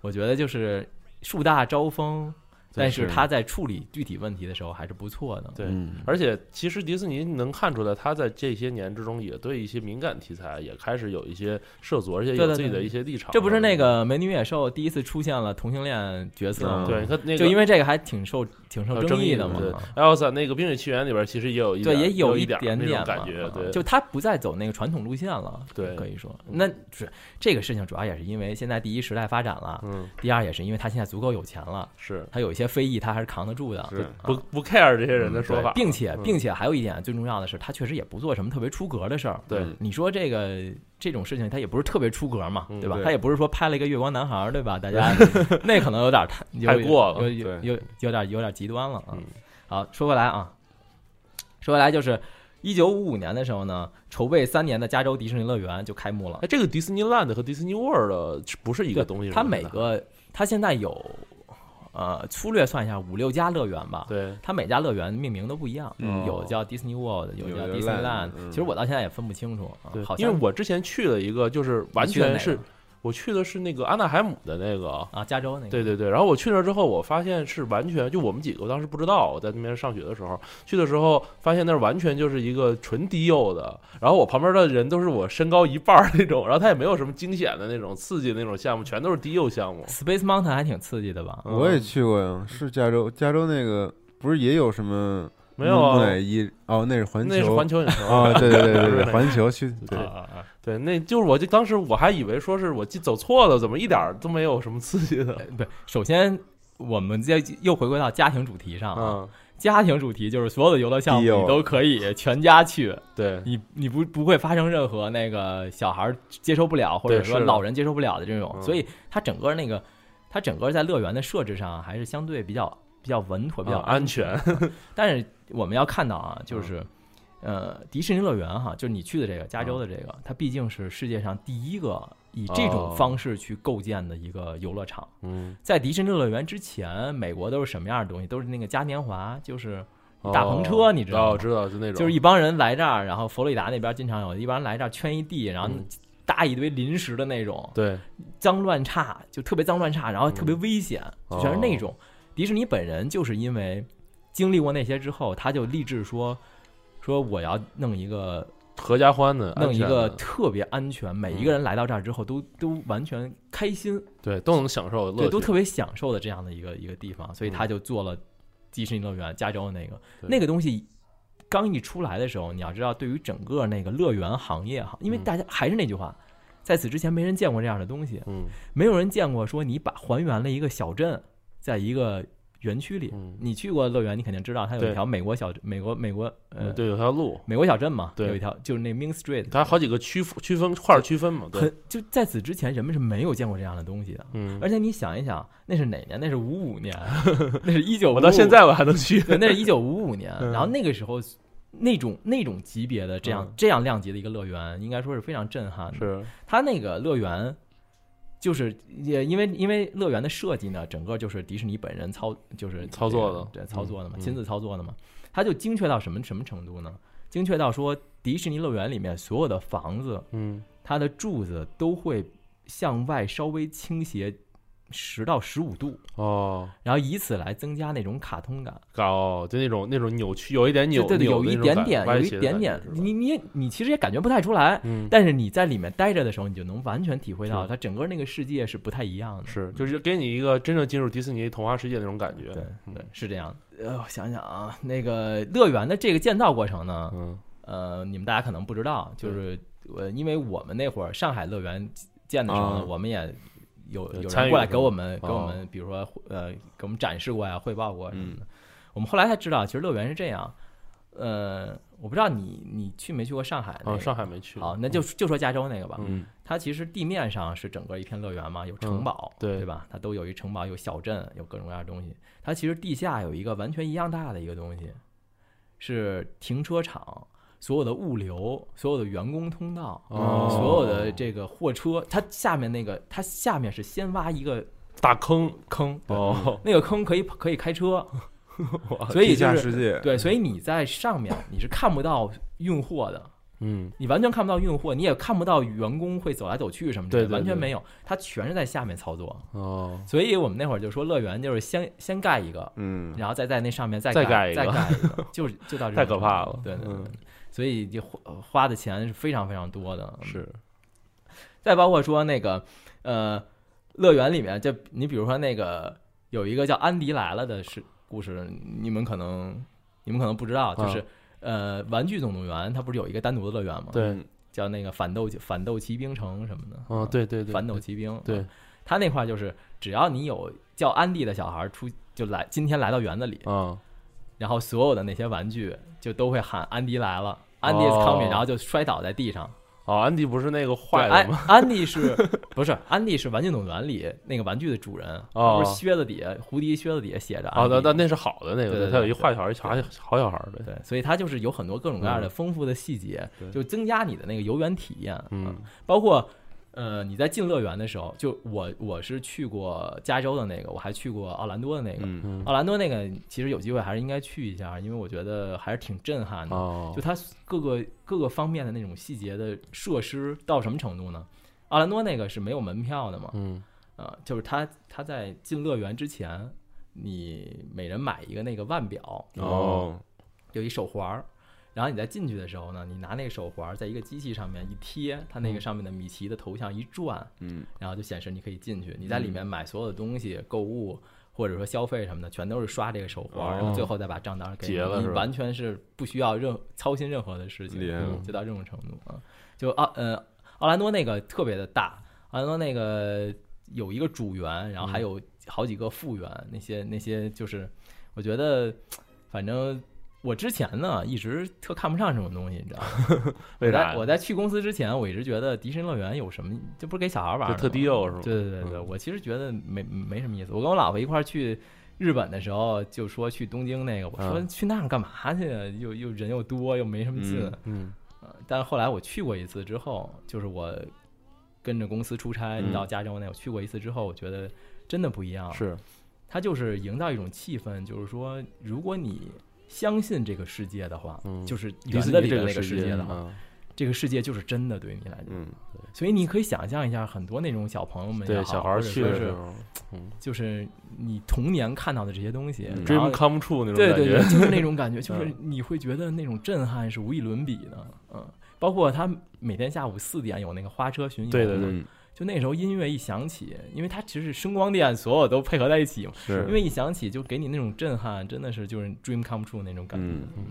S5: 我觉得就是树大招风。但是他在处理具体问题的时候还是不错的，
S4: 对。
S3: 嗯
S4: 而且，其实迪士尼能看出来，他在这些年之中也对一些敏感题材也开始有一些涉足，而且
S5: 对
S4: 有
S5: 对
S4: 自己
S5: 对
S4: 的一些立场了。
S5: 这不是那个《美女与野兽》第一次出现了同性恋角色吗？
S3: 嗯
S4: 对，你看那个
S5: 就因为这个还挺受挺
S4: 呃
S5: 受
S4: 争
S5: 议
S4: 的
S5: 嘛。
S4: 对，Elsa 那个《冰雪奇缘》里边其实也有一
S5: 对，
S4: 点
S5: 也
S4: 有
S5: 一
S4: 点
S5: 点
S4: 那
S5: 点
S4: 种感
S5: 嘛
S4: 觉，对，
S5: 就他不再走那个传统路线了，
S4: 对
S5: 可以说，那是这个事情主要也是因为现在第一时代发展了，
S4: 嗯
S5: 第二也是因为他现在足够有钱了，
S4: 是
S5: 他有一些非议他还是扛得住的，
S3: 是
S5: 啊
S4: 不不 care 这些人的说法，
S5: 并且
S4: 嗯
S5: 并且还有一点啊最重要的是，他确实也不做什么特别出格的事儿。
S4: 对
S3: 嗯
S5: 你说这个这种事情，他也不是特别出格嘛，
S4: 嗯
S5: 对吧？
S3: 对
S5: 他也不是说拍了一个月光男孩儿，对吧？大家 那可能有点儿太有
S4: 太过了
S5: 有有有有点有点极端了啊
S4: 嗯。
S5: 好，说回来啊，说回来就是一九五五年的时候呢，筹备三年的加州迪士尼乐园就开幕了
S4: 哎，。这个 Disneyland 和 Disney World 呃不是一个东西是吧，
S5: 它每个它现在有呃粗略算一下五六家乐园吧，
S4: 对
S5: 它每家乐园命名都不一样，
S3: 嗯
S5: 有叫 Disney World，有
S3: 有
S5: 叫
S3: 叫
S5: Disneyland
S3: Land，。嗯
S5: 其实我到现在也分不清楚，啊
S4: 对，
S5: 好
S4: 因
S5: 像
S4: 为我之前去了一个，就是完
S5: 你去的
S4: 全
S5: 哪
S4: 是
S5: 个
S4: 我去的是那个安纳海姆的那个。
S5: 啊，加州那个
S4: 对对对，然后我去那之后，我发现是完全就我们几个，我当时不知道，我在那边上学的时候去的时候，发现那儿完全就是一个纯低幼的，然后我旁边的人都是我身高一半儿那种，然后他也没有什么惊险的那种刺激的那种项目，全都是低幼项目。
S5: Space Mountain 还挺刺激的吧？
S3: 嗯我也去过呀，是加州，加州那个不是也有什么
S4: 没有啊
S3: 木乃伊？哦，那是环
S4: 那是环
S3: 球
S4: 球影城
S3: 啊，对对对对
S4: 不是
S3: 对
S4: 那个
S3: 对，环球去对
S4: 啊啊啊！ 对，那就是我就当时我还以为说是我记走错了，怎么一点儿都没有什么刺激的
S5: 呃不，首先我们再又回归到家庭主题上 啊，
S4: 啊？
S5: 家庭主题就是所有的游乐项目
S3: 低幼
S5: 你都可以全家去，
S4: 对，
S5: 你你不不会发生任何那个小孩接受不了或者
S4: 对
S5: 说
S4: 是的
S5: 老人接受不了的这种，
S4: 嗯
S5: 所以它整个那个它整个在乐园的设置上还是相对比较比较稳妥，比较
S4: 啊安全。
S5: 但是我们要看到啊，就是，
S4: 嗯
S5: 呃，迪士尼乐园哈，就是你去的这个加州的这个，它毕竟是世界上第一个以这
S4: 哦
S5: 种方式去构建的一个游乐场。
S4: 嗯，
S5: 在迪士尼乐园之前，美国都是什么样的东西？都是那个嘉年华，就是一大篷车，你知道
S4: 哦，
S5: 吗？
S4: 知道就那种，
S5: 就是一帮人来这儿，然后佛罗里达那边经常有一帮人来这儿圈一地，然后
S4: 嗯
S5: 搭一堆临时的那种
S4: 对
S5: 脏乱差，就特别脏乱差，然后特别危险，
S4: 嗯
S5: 就全是那种。迪士尼本人就是因为经历过那些之后，他就立志说说我要弄一个
S4: 合家欢的，
S5: 弄一个
S4: 安全的嗯
S5: 特别安全，每一个人来到这儿之后都都完全开心，
S4: 对都能享受乐
S5: 对，
S4: 趣，
S5: 都特别享受的这样的一个一个地方，所以
S4: 嗯
S5: 他就做了迪士尼乐园加州的那个
S4: 对
S5: 那个东西。刚一出来的时候，你要知道，对于整个那个乐园行业哈，因为
S4: 嗯
S5: 大家还是那句话，在此之前没人见过这样的东西，
S4: 嗯
S5: 没有人见过说你把还原了一个小镇，在一个园区里。
S4: 嗯，
S5: 你去过乐园，你肯定知道它有
S4: 对
S5: 一条美国小美国美国呃
S4: 嗯对，有条路，
S5: 美国小镇嘛，
S4: 对
S5: 有一条就是那 Main Street，
S4: 它好几个区分区分块儿区分嘛，对
S5: 很，就在此之前人们是没有见过这样的东西的。
S4: 嗯，
S5: 而且你想一想，那是哪年？那是五五年， 那是一九，
S4: 我到现在我还能去，
S5: 对，那是一九五五年。
S4: 嗯
S5: 然后那个时候，那种那种级别的这样
S4: 嗯
S5: 这样量级的一个乐园，应该说是非常震撼的。
S4: 是
S5: 它那个乐园，就是也因为因为乐园的设计呢，整个就是迪士尼本人操就是
S4: 操作的
S5: 对，操作的嘛，
S4: 嗯
S5: 亲自操作的嘛。它就精确到什么什么程度呢？精确到说，迪士尼乐园里面所有的房子，
S4: 嗯
S5: 它的柱子都会向外稍微倾斜十到十五度，
S4: 哦，
S5: 然后以此来增加那种卡通感。
S4: 搞就那种那种扭曲，有一点扭，
S5: 就对对，
S4: 扭
S5: 有
S4: 的那
S5: 一
S4: 种
S5: 点
S4: 感
S5: 点，有
S4: 歪
S5: 一
S4: 斜的
S5: 点
S4: 感
S5: 点
S4: 觉，是吧
S5: 你你也你其实也感觉不太出来，
S4: 嗯，
S5: 但是你在里面待着的时候，你就能完全体会到
S4: 是
S5: 它整个那个世界是不太一样的。
S4: 是就是给你一个真正进入迪士尼童话世界那种感觉，
S5: 对对
S4: 嗯，
S5: 是这样的。呃，我想想啊，那个乐园的这个建造过程呢，
S4: 嗯
S5: 呃，你们大家可能不知道，就是呃，因为我们那会儿上海乐园建的时候呢，
S4: 啊
S5: 我们也有有
S4: 参
S5: 人
S4: 与
S5: 过来
S4: 是
S5: 给
S4: 吗
S5: 我们给我
S4: 哦
S5: 们，比如说呃，给我们展示过呀、汇报过什
S4: 嗯
S5: 么的。我们后来才知道，其实乐园是这样。呃，我不知道你你去没去过上海那
S4: 啊，
S5: 个？
S4: 上海没去，
S5: 好，那就就说加州那个吧。
S4: 嗯
S5: 它其实地面上是整个一片乐园嘛，有城堡，
S4: 对
S5: 吧？它都有一城堡，有小镇，有各种各样的东西。它其实地下有一个完全一样大的一个东西，是停车场，所有的物流，所有的员工通道，
S4: 哦
S5: 所有的这个货车，它下面那个，它下面是先挖一个
S4: 大坑
S5: 坑，
S4: 哦，
S5: 那个坑可以可以开车，所以
S3: 地
S5: 就
S3: 下
S5: 是
S3: 世界，
S5: 对，所以你在上面你是看不到运货的，
S4: 嗯
S5: 你完全看不到运货，你也看不到员工会走来走去什么之类的，
S4: 对对
S5: 完全
S4: 对
S5: 没有，它全是在下面操作。
S4: 哦，
S5: 所以我们那会儿就说，乐园就是先先盖一个，
S3: 嗯，
S5: 然后再在那上面再
S4: 再
S5: 盖
S4: 盖一
S5: 再
S4: 个
S5: 盖一个，就是就到 这种
S4: 太可怕
S5: 程度
S4: 了
S5: 对对对
S4: 嗯
S5: 所以就花花的钱是非常非常多的。，
S4: 是
S5: 再包括说那个呃，乐园里面就你比如说那个有一个叫安迪来了的是故事，你们可能你们可能不知道，
S4: 嗯
S5: 就是、呃，玩具总动员它不是有一个单独的乐园吗？
S4: 对，
S5: 叫那个反斗反斗骑兵城什么的。
S4: 哦，对对对，
S5: 反斗骑兵。啊
S4: 对，
S5: 他那块儿就是，只要你有叫安迪的小孩儿出就来，今天来到园子里，
S4: 啊，
S5: 然后所有的那些玩具就都会喊安迪来了。安迪 is
S4: 哦
S5: coming，、然后就摔倒在地上。
S4: 哦，安迪不是那个
S5: 对
S4: 坏
S5: 安
S4: 的吗？
S5: 安迪是不是安迪是《玩具总动员》里那个玩具的主人？
S4: 哦
S5: 他不是靴子底下蝴蝶靴子底下写着
S4: 哦，
S5: 安迪。
S4: 那那那是好的那
S5: 对
S4: 个，
S5: 对
S4: 他有
S5: 对
S4: 一坏小孩，一小孩好小孩儿的，
S5: 对，所以它就是有很多各种各样的丰富的细节，
S4: 嗯对
S5: 就增加你的那个游园体验。啊
S4: 嗯，
S5: 包括呃你在进乐园的时候，就我我是去过加州的那个，我还去过奥兰多的那个，
S3: 嗯，
S5: 奥兰多那个其实有机会还是应该去一下，因为我觉得还是挺震撼
S3: 嗯
S5: 的。
S4: 哦
S5: 就，它各个各个方面的那种细节的设施到什么程度呢？奥兰多那个是没有门票的嘛，
S4: 嗯，
S5: 呃，就是它它在进乐园之前，你每人买一个那个腕表，
S3: 哦，
S5: 有一手环儿，然后你在进去的时候呢，你拿那个手环儿在一个机器上面一贴，它那个上面的米奇的头像一转，
S3: 嗯，
S5: 然后就显示你可以进去。你在里面买所有的东西、购物或者说消费什么的，全都是刷这个手环儿，然后最后再把账单给你，
S4: 哦结了
S5: 你
S4: 是吧
S5: 完全是不需要任操心任何的事情，
S3: 厉害了
S5: 嗯就到这种程度啊。就奥呃奥兰多那个特别的大，奥兰多那个有一个主园，然后还有好几个副园，那些那些就是我觉得，反正。我之前呢一直特看不上这种东西，你知道吗？
S4: 为
S5: 我
S4: 啥
S5: 在
S4: 呀？
S5: 我在去公司之前，我一直觉得迪士尼乐园有什么，这不是给小孩玩的
S4: 就
S5: 吗
S4: 特低幼是嗯吗？
S5: 对对对对，我其实觉得没没什么意思。我跟我老婆一块儿去日本的时候，就说去东京那个，我说
S4: 嗯
S5: 去那儿干嘛去？啊又又人又多，又没什么劲。
S3: 嗯
S4: 嗯，
S5: 呃但是后来我去过一次之后，就是我跟着公司出差
S3: 嗯
S5: 到加州那，我去过一次之后，我觉得真的不一样。
S4: 是，
S5: 它就是营造一种气氛，就是说，如果你相信这个世界的话，
S4: 嗯
S5: 就是
S4: 迪
S5: 园
S4: 士
S5: 子
S4: 尼
S5: 里
S4: 这
S5: 的
S4: 个
S5: 那个世界
S4: 界
S5: 的话，
S4: 啊，
S5: 这个世界就是真的，对于你来讲。
S3: 嗯，
S5: 所以你可以想象一下，很多那种小朋友们也
S4: 对，
S5: 嗯好
S4: 小孩儿
S5: 或者
S4: 去
S5: 说
S4: 的
S5: 是
S4: 时候
S5: 就是你童年看到的这些东西，
S3: 嗯
S5: 然
S4: ，dream
S5: 后
S4: come true 那种
S5: 对
S4: 感
S5: 对对，
S4: 觉，嗯
S5: 就是那种 感觉，就是你会觉得那种震撼是无与伦比的，嗯，包括他每天下午四点有那个花车巡游，
S4: 对对对，
S3: 嗯
S5: 就那时候音乐一响起，因为它其实是声光电所有都配合在一起嘛，
S3: 是
S5: 因为一响起就给你那种震撼，真的是就是 dream come true 那种感觉，
S3: 嗯
S5: 嗯，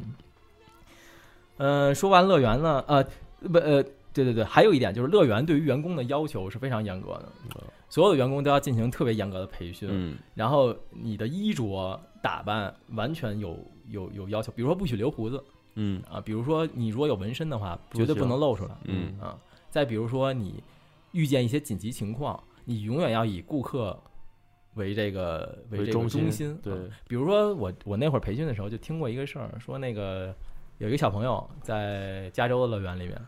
S5: 呃，说完乐园呢，呃，不，呃，对对对，还有一点就是乐园对于员工的要求是非常严格的，所有的员工都要进行特别严格的培训，
S3: 嗯
S5: 然后你的衣着打扮完全有有有要求，比如说不许留胡子
S3: 嗯
S5: 啊，比如说你如果有纹身的话，
S4: 不
S5: 绝对
S4: 行
S5: 不能露出来
S3: 嗯
S5: 啊。再比如说你遇见一些紧急情况，你永远要以顾客为这个为这个
S4: 中
S5: 中
S4: 心
S5: 心，
S4: 对
S5: 啊，比如说我我那会儿培训的时候就听过一个事儿，说那个有一个小朋友在加州的乐园里面，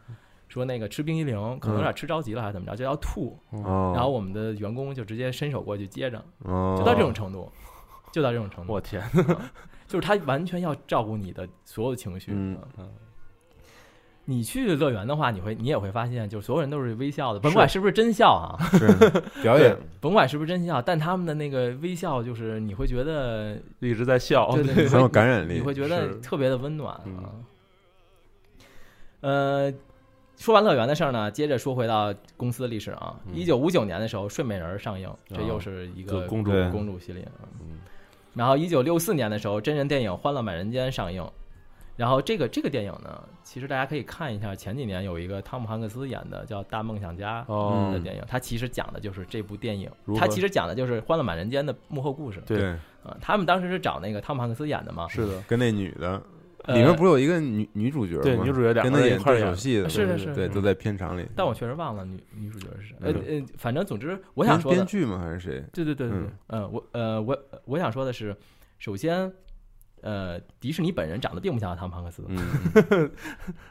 S5: 说那个吃冰激凌可能有
S4: 嗯
S5: 点吃着急了还是怎么着，就要吐，
S3: 哦，
S5: 然后我们的员工就直接伸手过去接着，
S3: 哦，
S5: 就到这种程度，就到这种程度
S4: 哦
S5: 啊
S4: 我，天，嗯
S5: 就是他完全要照顾你的所有情绪。
S3: 嗯
S5: 嗯啊你去乐园的话，你会你也会发现，就是所有人都是微笑的，甭
S4: 是
S5: 管是不是真笑啊，
S3: 是表演，
S5: 甭管是不是真笑，但他们的那个微笑，就是你会觉得，哦
S4: 一直在笑，
S5: 对对 对，
S3: 很有感染
S5: 你
S3: 力
S5: 会。觉得
S4: 是
S5: 特别的温暖啊
S4: 嗯。
S5: 呃，说完乐园的事儿呢，接着说回到公司的历史啊。
S4: 嗯
S5: 一九五九年的时候，《睡美人》上映，这
S4: 啊
S5: 又是一
S4: 就
S5: 个
S4: 公主
S3: 对
S5: 公主系列啊。
S4: 嗯
S5: 然后一九六四年的时候，真人电影《欢乐满人间》上映。然后这个这个电影呢，其实大家可以看一下，前几年有一个汤姆汉克斯演的叫《大梦想家》
S4: 哦
S5: 的电影，它其实讲的就是这部电影
S4: 如，何
S5: 它其实讲的就是《欢乐满人间》的幕后故事。
S4: 对
S3: 对，
S5: 啊、他们当时是找那个汤姆汉克斯演的嘛，
S4: 是的，
S3: 跟那女的，
S5: 呃
S3: 里面不是有一个女女主角吗？
S4: 对女主角两
S3: 跟
S4: 个
S3: 她
S4: 人
S3: 演
S4: 一块儿
S3: 对手
S4: 演
S3: 戏的，
S5: 是是是
S3: 对，都在片场里。
S5: 但我确实忘了女女主角是谁。呃
S4: 嗯
S5: 呃，反正总之我
S3: 我
S5: 想说
S3: 编
S5: 的，
S3: 剧吗？还是 谁？
S5: 对对对对，对
S3: 嗯
S5: 嗯，我呃我我想说的是，首先，呃，迪士尼本人长得并不像汤姆汉克斯。
S3: 嗯，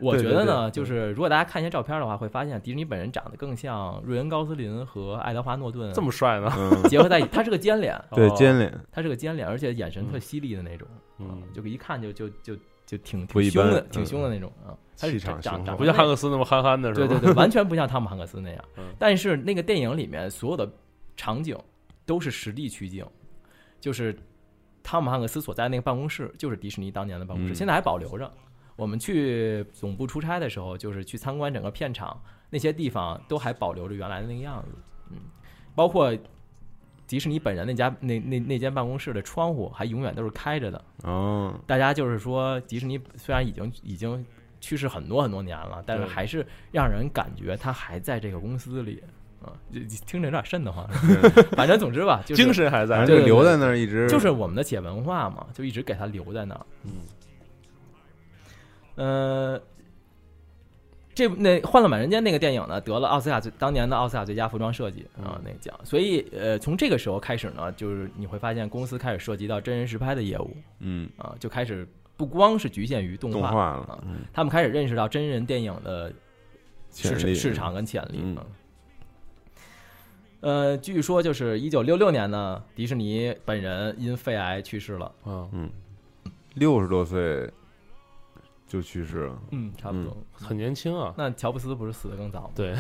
S5: 我
S4: 对
S5: 觉
S4: 对对
S5: 得呢，
S4: 对
S5: 就是如果大家看一些照片的话，会发现迪士尼本人长得更像瑞恩·高斯林和爱德华·诺顿
S4: 这么帅呢？
S3: 嗯
S5: 结合在一起。他是个尖脸，
S3: 对
S4: 哦，
S3: 尖脸，
S5: 他是个尖脸，而且眼神特
S4: 嗯
S5: 犀利的那种，啊
S4: 嗯，
S5: 就一看就就就就挺
S3: 不
S5: 挺
S3: 一
S5: 凶的，
S3: 般
S5: 挺
S3: 嗯
S5: 凶的那种啊。他是
S3: 气场雄
S5: 长长
S3: 厚
S5: 长
S4: 嗯不像
S5: 得
S4: 汉克斯那么憨憨的是
S5: 对
S4: 吧？
S5: 对对，完全不像汤姆汉克斯那样
S4: 嗯。
S5: 但是那个电影里面所有的场景都是实地取景，就是汤姆汉克斯所在的那个办公室，就是迪士尼当年的办公室，
S3: 嗯
S5: 现在还保留着。我们去总部出差的时候，就是去参观整个片场，那些地方都还保留着原来的那个样子。嗯，包括迪士尼本人那家那那那间办公室的窗户还永远都是开着的。
S3: 哦，
S5: 大家就是说，迪士尼虽然已经已经去世很多很多年了，但是
S4: 对
S5: 还是让人感觉他还在这个公司里啊，这这听着有点瘆得慌。 反正总之吧，就是
S4: 精神还在
S3: 反，
S5: 对
S3: 正就
S5: 对对
S3: 留在那儿一直
S5: 就是我们的企业文化嘛，就一直给它留在那儿。嗯，呃，这部那《欢乐满人间》那个电影呢，得了奥斯卡最当年的奥斯卡最佳服装设计
S4: 嗯
S5: 啊、那个奖。所以呃，从这个时候开始呢，就是你会发现公司开始涉及到真人实拍的业务
S3: 嗯
S5: 啊、就开始不光是局限于动
S3: 动
S5: 画，
S3: 画
S5: 啊
S3: 了，嗯
S5: 他们开始认识到真人电影的市
S3: 潜力
S5: 场市场跟潜力。
S3: 嗯
S5: 啊呃，据说就是一九六六年呢，迪士尼本人因肺癌去世了。
S4: 嗯，
S3: 嗯，六十多岁就去世了，
S5: 嗯，差不多。
S4: 很年轻啊，
S5: 那乔布斯不是死的更早吗？
S4: 对，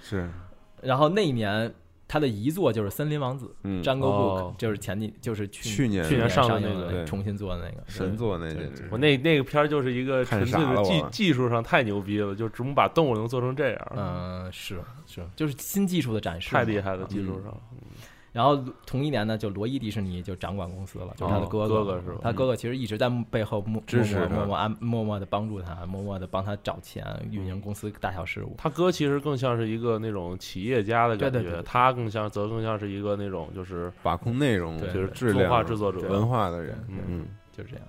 S3: 是，
S5: 然后那一年，他的遗作就是《森林王子》
S3: 嗯，
S5: ，Jungle Book，、
S4: 哦
S5: 就是前几就是去
S3: 去年
S4: 去年
S5: 上
S4: 上的
S5: 映
S4: 那个
S3: 对
S5: 重新做的那个。
S3: 神作那
S5: 对
S3: 简直
S4: 我那那个片儿就是一个纯
S3: 看
S4: 粹
S3: 傻
S4: 的
S3: 了
S4: 技
S3: 我
S4: 技术上太牛逼了，就怎么把动物能做成这样，
S5: 嗯、是是，就是新技术的展示嘛，
S4: 太厉害了，
S5: 啊
S4: 技术上，
S5: 然后同一年呢，就罗伊迪士尼就掌管公司了，就是他的
S4: 哦
S5: 哥
S4: 哥哥是吧
S5: 他哥哥其实一直在背后默
S3: 支持
S5: 默
S3: 他
S5: 默默默安默默的帮助他，默默的帮他找钱，运
S4: 嗯
S5: 营公司大小事务。
S4: 他哥其实更像是一个那种企业家的感
S5: 对对对
S4: 觉，
S5: 对
S4: 他更像则更像是一个那种就是
S3: 把控内容
S5: 对
S3: 就是质
S4: 动画
S3: 量、
S4: 制作者，
S3: 文化的人，
S4: 嗯
S3: 嗯，
S5: 就是这样。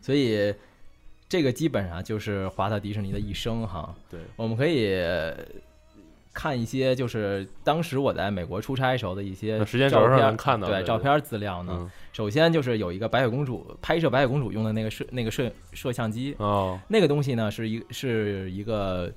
S5: 所以这个基本上就是华特迪士尼的一生哈。
S4: 对，
S5: 我们可以呃看一些就是当时我在美国出差时候的一些
S4: 那时间轴
S5: 照
S4: 上
S5: 片
S4: 能看到
S5: 对
S4: 对
S5: 照片资料呢。
S4: 嗯，
S5: 首先就是有一个白雪公主拍摄白雪公主用的那个摄那个摄摄像机，
S4: 哦，
S5: 那个东西呢是一是一个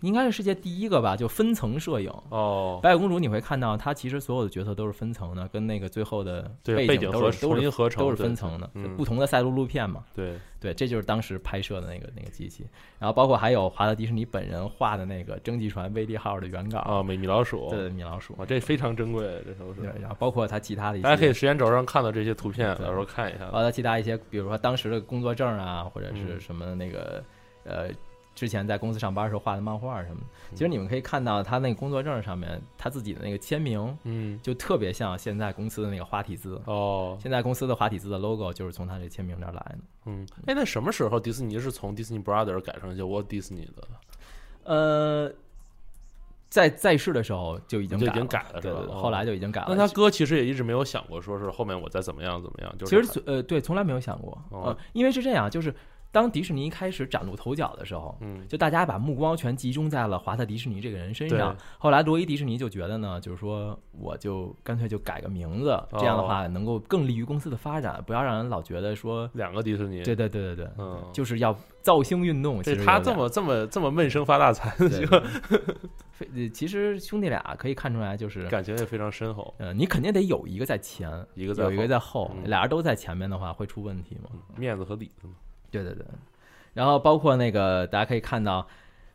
S5: 应该是世界第一个吧，就分层摄影。
S4: 哦，
S5: 白雪公主你会看到，她其实所有的角色都是分层的，跟那个最后的
S4: 对，
S5: 背
S4: 景
S5: 都
S4: 合
S5: 是都
S4: 重
S5: 是
S4: 新合成
S5: 都是分，层的，
S4: 对嗯
S5: 不同的赛璐璐片嘛。
S4: 对
S5: 对，这就是当时拍摄的那个那个机器，然后包括还有华特迪士尼本人画的那个蒸汽船威利号的原稿，
S4: 啊，美米老鼠，
S5: 对米老鼠，
S4: 哇，这非常珍贵，这都
S5: 对
S4: 是，，
S5: 然后包括他其他的一些，
S4: 大家可以时间轴上看到这些图片，
S5: 对啊
S4: 到时候看一下
S5: 包。括他其他一些，比如说当时的工作证啊，或者是
S4: 嗯
S5: 什么那个、呃，之前在公司上班的时候画的漫画什么的，
S4: 嗯
S5: 其实你们可以看到他那个工作证上面他自己的那个签名，
S4: 嗯，
S5: 就特别像现在公司的那个花体字，
S4: 哦，
S5: 现在公司的花体字的 logo 就是从他这签名这儿来的。
S4: 嗯，哎，那什么时候迪士尼是从 Disney Brother 改成叫 Walt Disney 的？
S5: 呃，在在世的时候就已经
S4: 就已
S5: 改
S4: 经改了是
S5: 对
S4: 吧
S5: 对对
S4: 哦
S5: 后来就已经改了。
S4: 那他哥其实也一直没有想过，说是后面我再怎么样怎么样，就
S5: 其
S4: 是
S5: 实从呃对，从来没有想过，
S4: 哦
S5: 呃，因为是这样，就是当迪士尼开始崭露头角的时候。
S4: 嗯，
S5: 就大家把目光全集中在了华特迪士尼这个人身上
S4: 对。
S5: 后来罗伊迪士尼就觉得呢，就是说，我就干脆就改个名字，
S4: 哦
S5: 这样的话能够更利于公司的发展，不要让人老觉得说，
S4: 两个迪士尼，
S5: 对对对对对，
S4: 嗯
S5: 就是要造星运动。
S4: 这
S5: 其实
S4: 他
S5: 有
S4: 这
S5: 点
S4: 么这么这么闷声发大财，
S5: 对对对非其实兄弟俩可以看出来，就是
S4: 感情也非常深厚。
S5: 呃，你肯定得有一个在前，
S4: 一个在
S5: 有一个
S4: 后
S5: 在后，
S4: 嗯
S5: 俩人都在前面的话会出问题嘛？
S4: 嗯面子和里子嘛，
S5: 对对对。然后包括那个大家可以看到，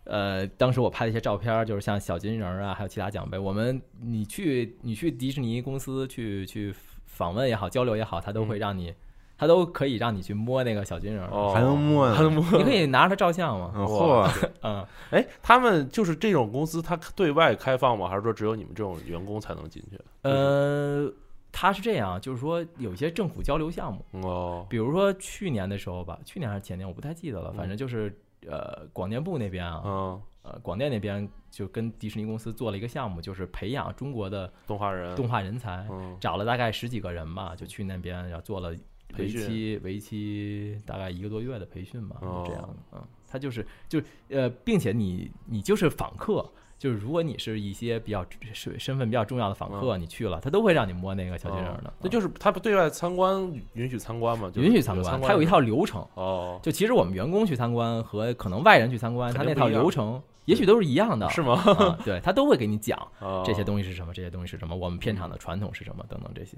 S5: 呃，当时我拍的一些照片儿，就是像小金人儿啊，还有其他奖杯。我们你去你去迪士尼公司去去访问也好，交流也好，他都会让你，他都可以让你去摸那个小金人儿，
S4: 哦，
S3: 还能摸呢
S4: 还能摸。
S5: 你可以拿着他照相嘛。
S3: 嗯，
S4: 哇
S3: 嚯，
S5: 嗯，
S4: 哎，他们就是这种公司，它对外开放吗？还是说只有你们这种员工才能进去？
S5: 呃，他是这样，就是说有一些政府交流项目，
S4: 哦，
S5: 比如说去年的时候吧，去年还是前年，我不太记得了，反正就是呃，广电部那边啊，
S4: 嗯，
S5: 呃，广电那边就跟迪士尼公司做了一个项目，就是培养中国的
S4: 动画人，
S5: 动画人才，
S4: 嗯，
S5: 找了大概十几个人吧，就去那边，然后做了
S4: 培
S5: 为
S4: 训
S5: 期为期大概一个多月的培训吧，
S4: 哦
S5: 这样的，嗯，他就是就呃，并且你你就是访客。就是如果你是一些比较身身份比较重要的访客，你去了，他都会让你摸那个小金人儿
S4: 嗯
S5: 的
S4: 哦。那就是他不对外参观允许参观吗？
S5: 嗯
S4: 就是
S5: 允许
S4: 有
S5: 参
S4: 参
S5: 观，他有一套流程。
S4: 哦，
S5: 就其实我们员工去参观和可能外人去参观，他
S4: 肯
S5: 那
S4: 定
S5: 套
S4: 不一样
S5: 流程也许都是一样的，
S4: 是吗？
S5: 啊，对他都会给你讲
S4: 哦
S5: 这些东西是什么，这些东西是什么，我们片场的传统是什么等等这些。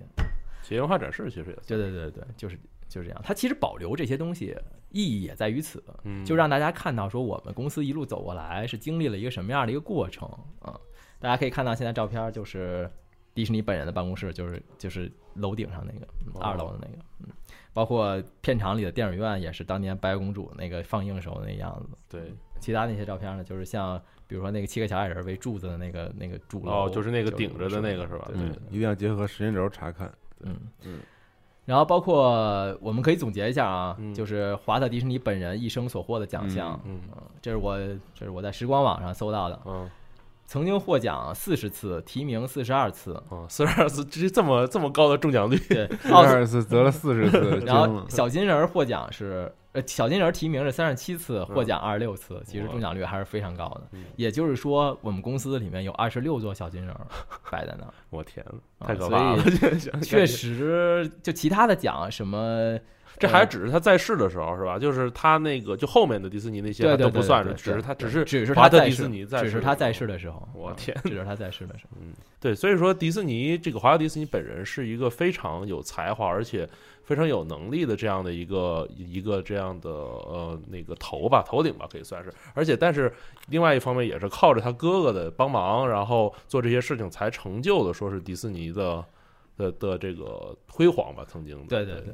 S4: 企业文化展示其实也算
S5: 对对对对，就是就是这样。它其实保留这些东西意义也在于此，
S4: 嗯
S5: 就让大家看到说我们公司一路走过来是经历了一个什么样的一个过程啊。大家可以看到现在照片儿就是迪士尼本人的办公室，就是就是楼顶上那个、嗯
S4: 哦
S5: 二楼的那个，嗯，包括片场里的电影院也是当年白雪公主那个放映时候那样子。
S4: 对
S5: 其他那些照片呢，就是像比如说那个七个小矮人为柱子的那个那个主楼，
S4: 哦，就是那个顶着的那个是吧？嗯
S5: 对
S4: 对
S5: 对
S4: 对
S3: 嗯一定要结合时间轴查看。
S5: 嗯
S3: 嗯。
S5: 然后包括我们可以总结一下啊，
S4: 嗯
S5: 就是华特迪士尼本人一生所获的奖项，
S4: 嗯
S5: 嗯这是我这是我在时光网上搜到的，
S4: 嗯
S5: 曾经获奖四十次，提名四十 二次，
S4: 嗯，四十二次这这么这么高的中奖率，
S5: 对，
S3: 第
S5: 奥斯
S3: 二次得了四十次，惊
S5: 然后
S3: 了。
S5: 小金人儿获奖是呃小金人儿提名是三十七次，获奖二十六次，其实中奖率还是非常高的
S4: 嗯。
S5: 也就是说，我们公司里面有二十六座小金人儿摆在那儿，
S4: 我天呐，
S5: 啊
S4: 太可怕 了！
S5: 确实，就其他的奖什么，
S4: 这
S5: 呃
S4: 还只是他在世的时候是吧？就是他那个就后面的迪士尼那些
S5: 对
S4: 他
S5: 对
S4: 都不
S5: 对
S4: 算
S5: 对
S4: 是，
S5: 对
S4: 只是他只是
S5: 只是
S4: 华
S5: 他
S4: 特
S5: 在
S4: 迪
S5: 世
S4: 士尼在世的
S5: 只
S4: 时
S5: 是
S4: 候
S5: 他在世的时候，
S4: 我
S5: 嗯
S4: 天
S5: 只是他在世的时候，
S4: 对，所以说迪士尼这个华特迪士尼本人是一个非常有才华，而且非常有能力的这样的一个一个这样的呃那个头吧头顶吧可以算是，而且但是另外一方面也是靠着他哥哥的帮忙，然后做这些事情才成就的，说是迪士尼的的的这个辉煌吧，曾经的
S5: 对对对，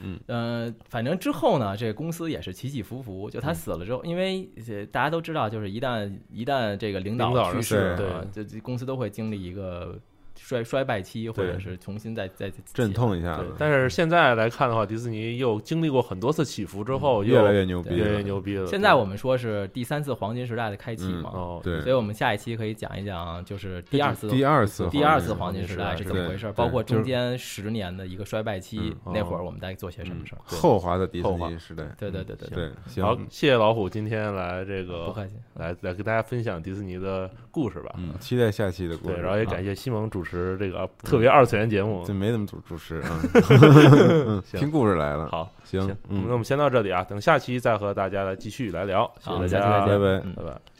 S4: 嗯
S5: 呃，反正之后呢，这个公司也是起起伏伏。就
S4: 嗯
S5: 他死了之后，因为呃大家都知道，就是一旦一旦这个领
S4: 领导
S5: 导
S4: 人去
S5: 去世
S3: 世
S5: 啊，这这公司都会经历一个衰衰败期，或者是重新再再再
S3: 阵。痛一下
S4: 对
S3: 子，，
S4: 但是现在来看的话，迪士尼又经历过很多次起伏之后，
S3: 嗯越
S4: 又
S3: 来越牛逼
S4: 越来越
S3: 了。
S4: 牛逼了。
S5: 现在我们说是第三次黄金时代的开启
S3: 嗯
S5: 嘛，
S4: 哦，
S5: 所以
S3: 对，
S5: 我们下一期可以讲一讲，就是第二次
S3: 第二次，
S5: 第二次
S4: 黄
S5: 黄
S4: 金
S5: 金
S4: 时
S5: 时
S4: 代
S5: 代是怎么
S3: 对
S5: 回事，
S3: 对
S5: 包括
S3: 就是
S5: 中间十年的一个衰败期
S3: 嗯
S5: 那
S4: 哦
S5: 会儿我们在做些什么事儿。
S3: 后华的迪士
S4: 后华
S3: 尼时代。
S5: 对对对对对，
S3: 对，
S4: 好
S3: 行，，
S4: 谢谢老虎今天来这个
S5: 不客气。
S4: 来来给大家分享迪士尼的故事吧。
S3: 嗯，期待下期的故
S4: 对，
S3: 事。
S4: 然后也感谢西蒙主持这个啊特别二次元节目
S3: 这。没怎么主主持啊，
S4: 行
S3: 听故事来了。
S4: 好，
S3: 行
S4: 行，，
S3: 嗯
S4: 那我，们先到这里啊，等下期再和大家来继续来聊。谢谢
S5: 好
S4: 大
S5: 下期
S4: 家，
S5: 再见
S3: 拜拜
S5: 嗯
S4: 拜拜。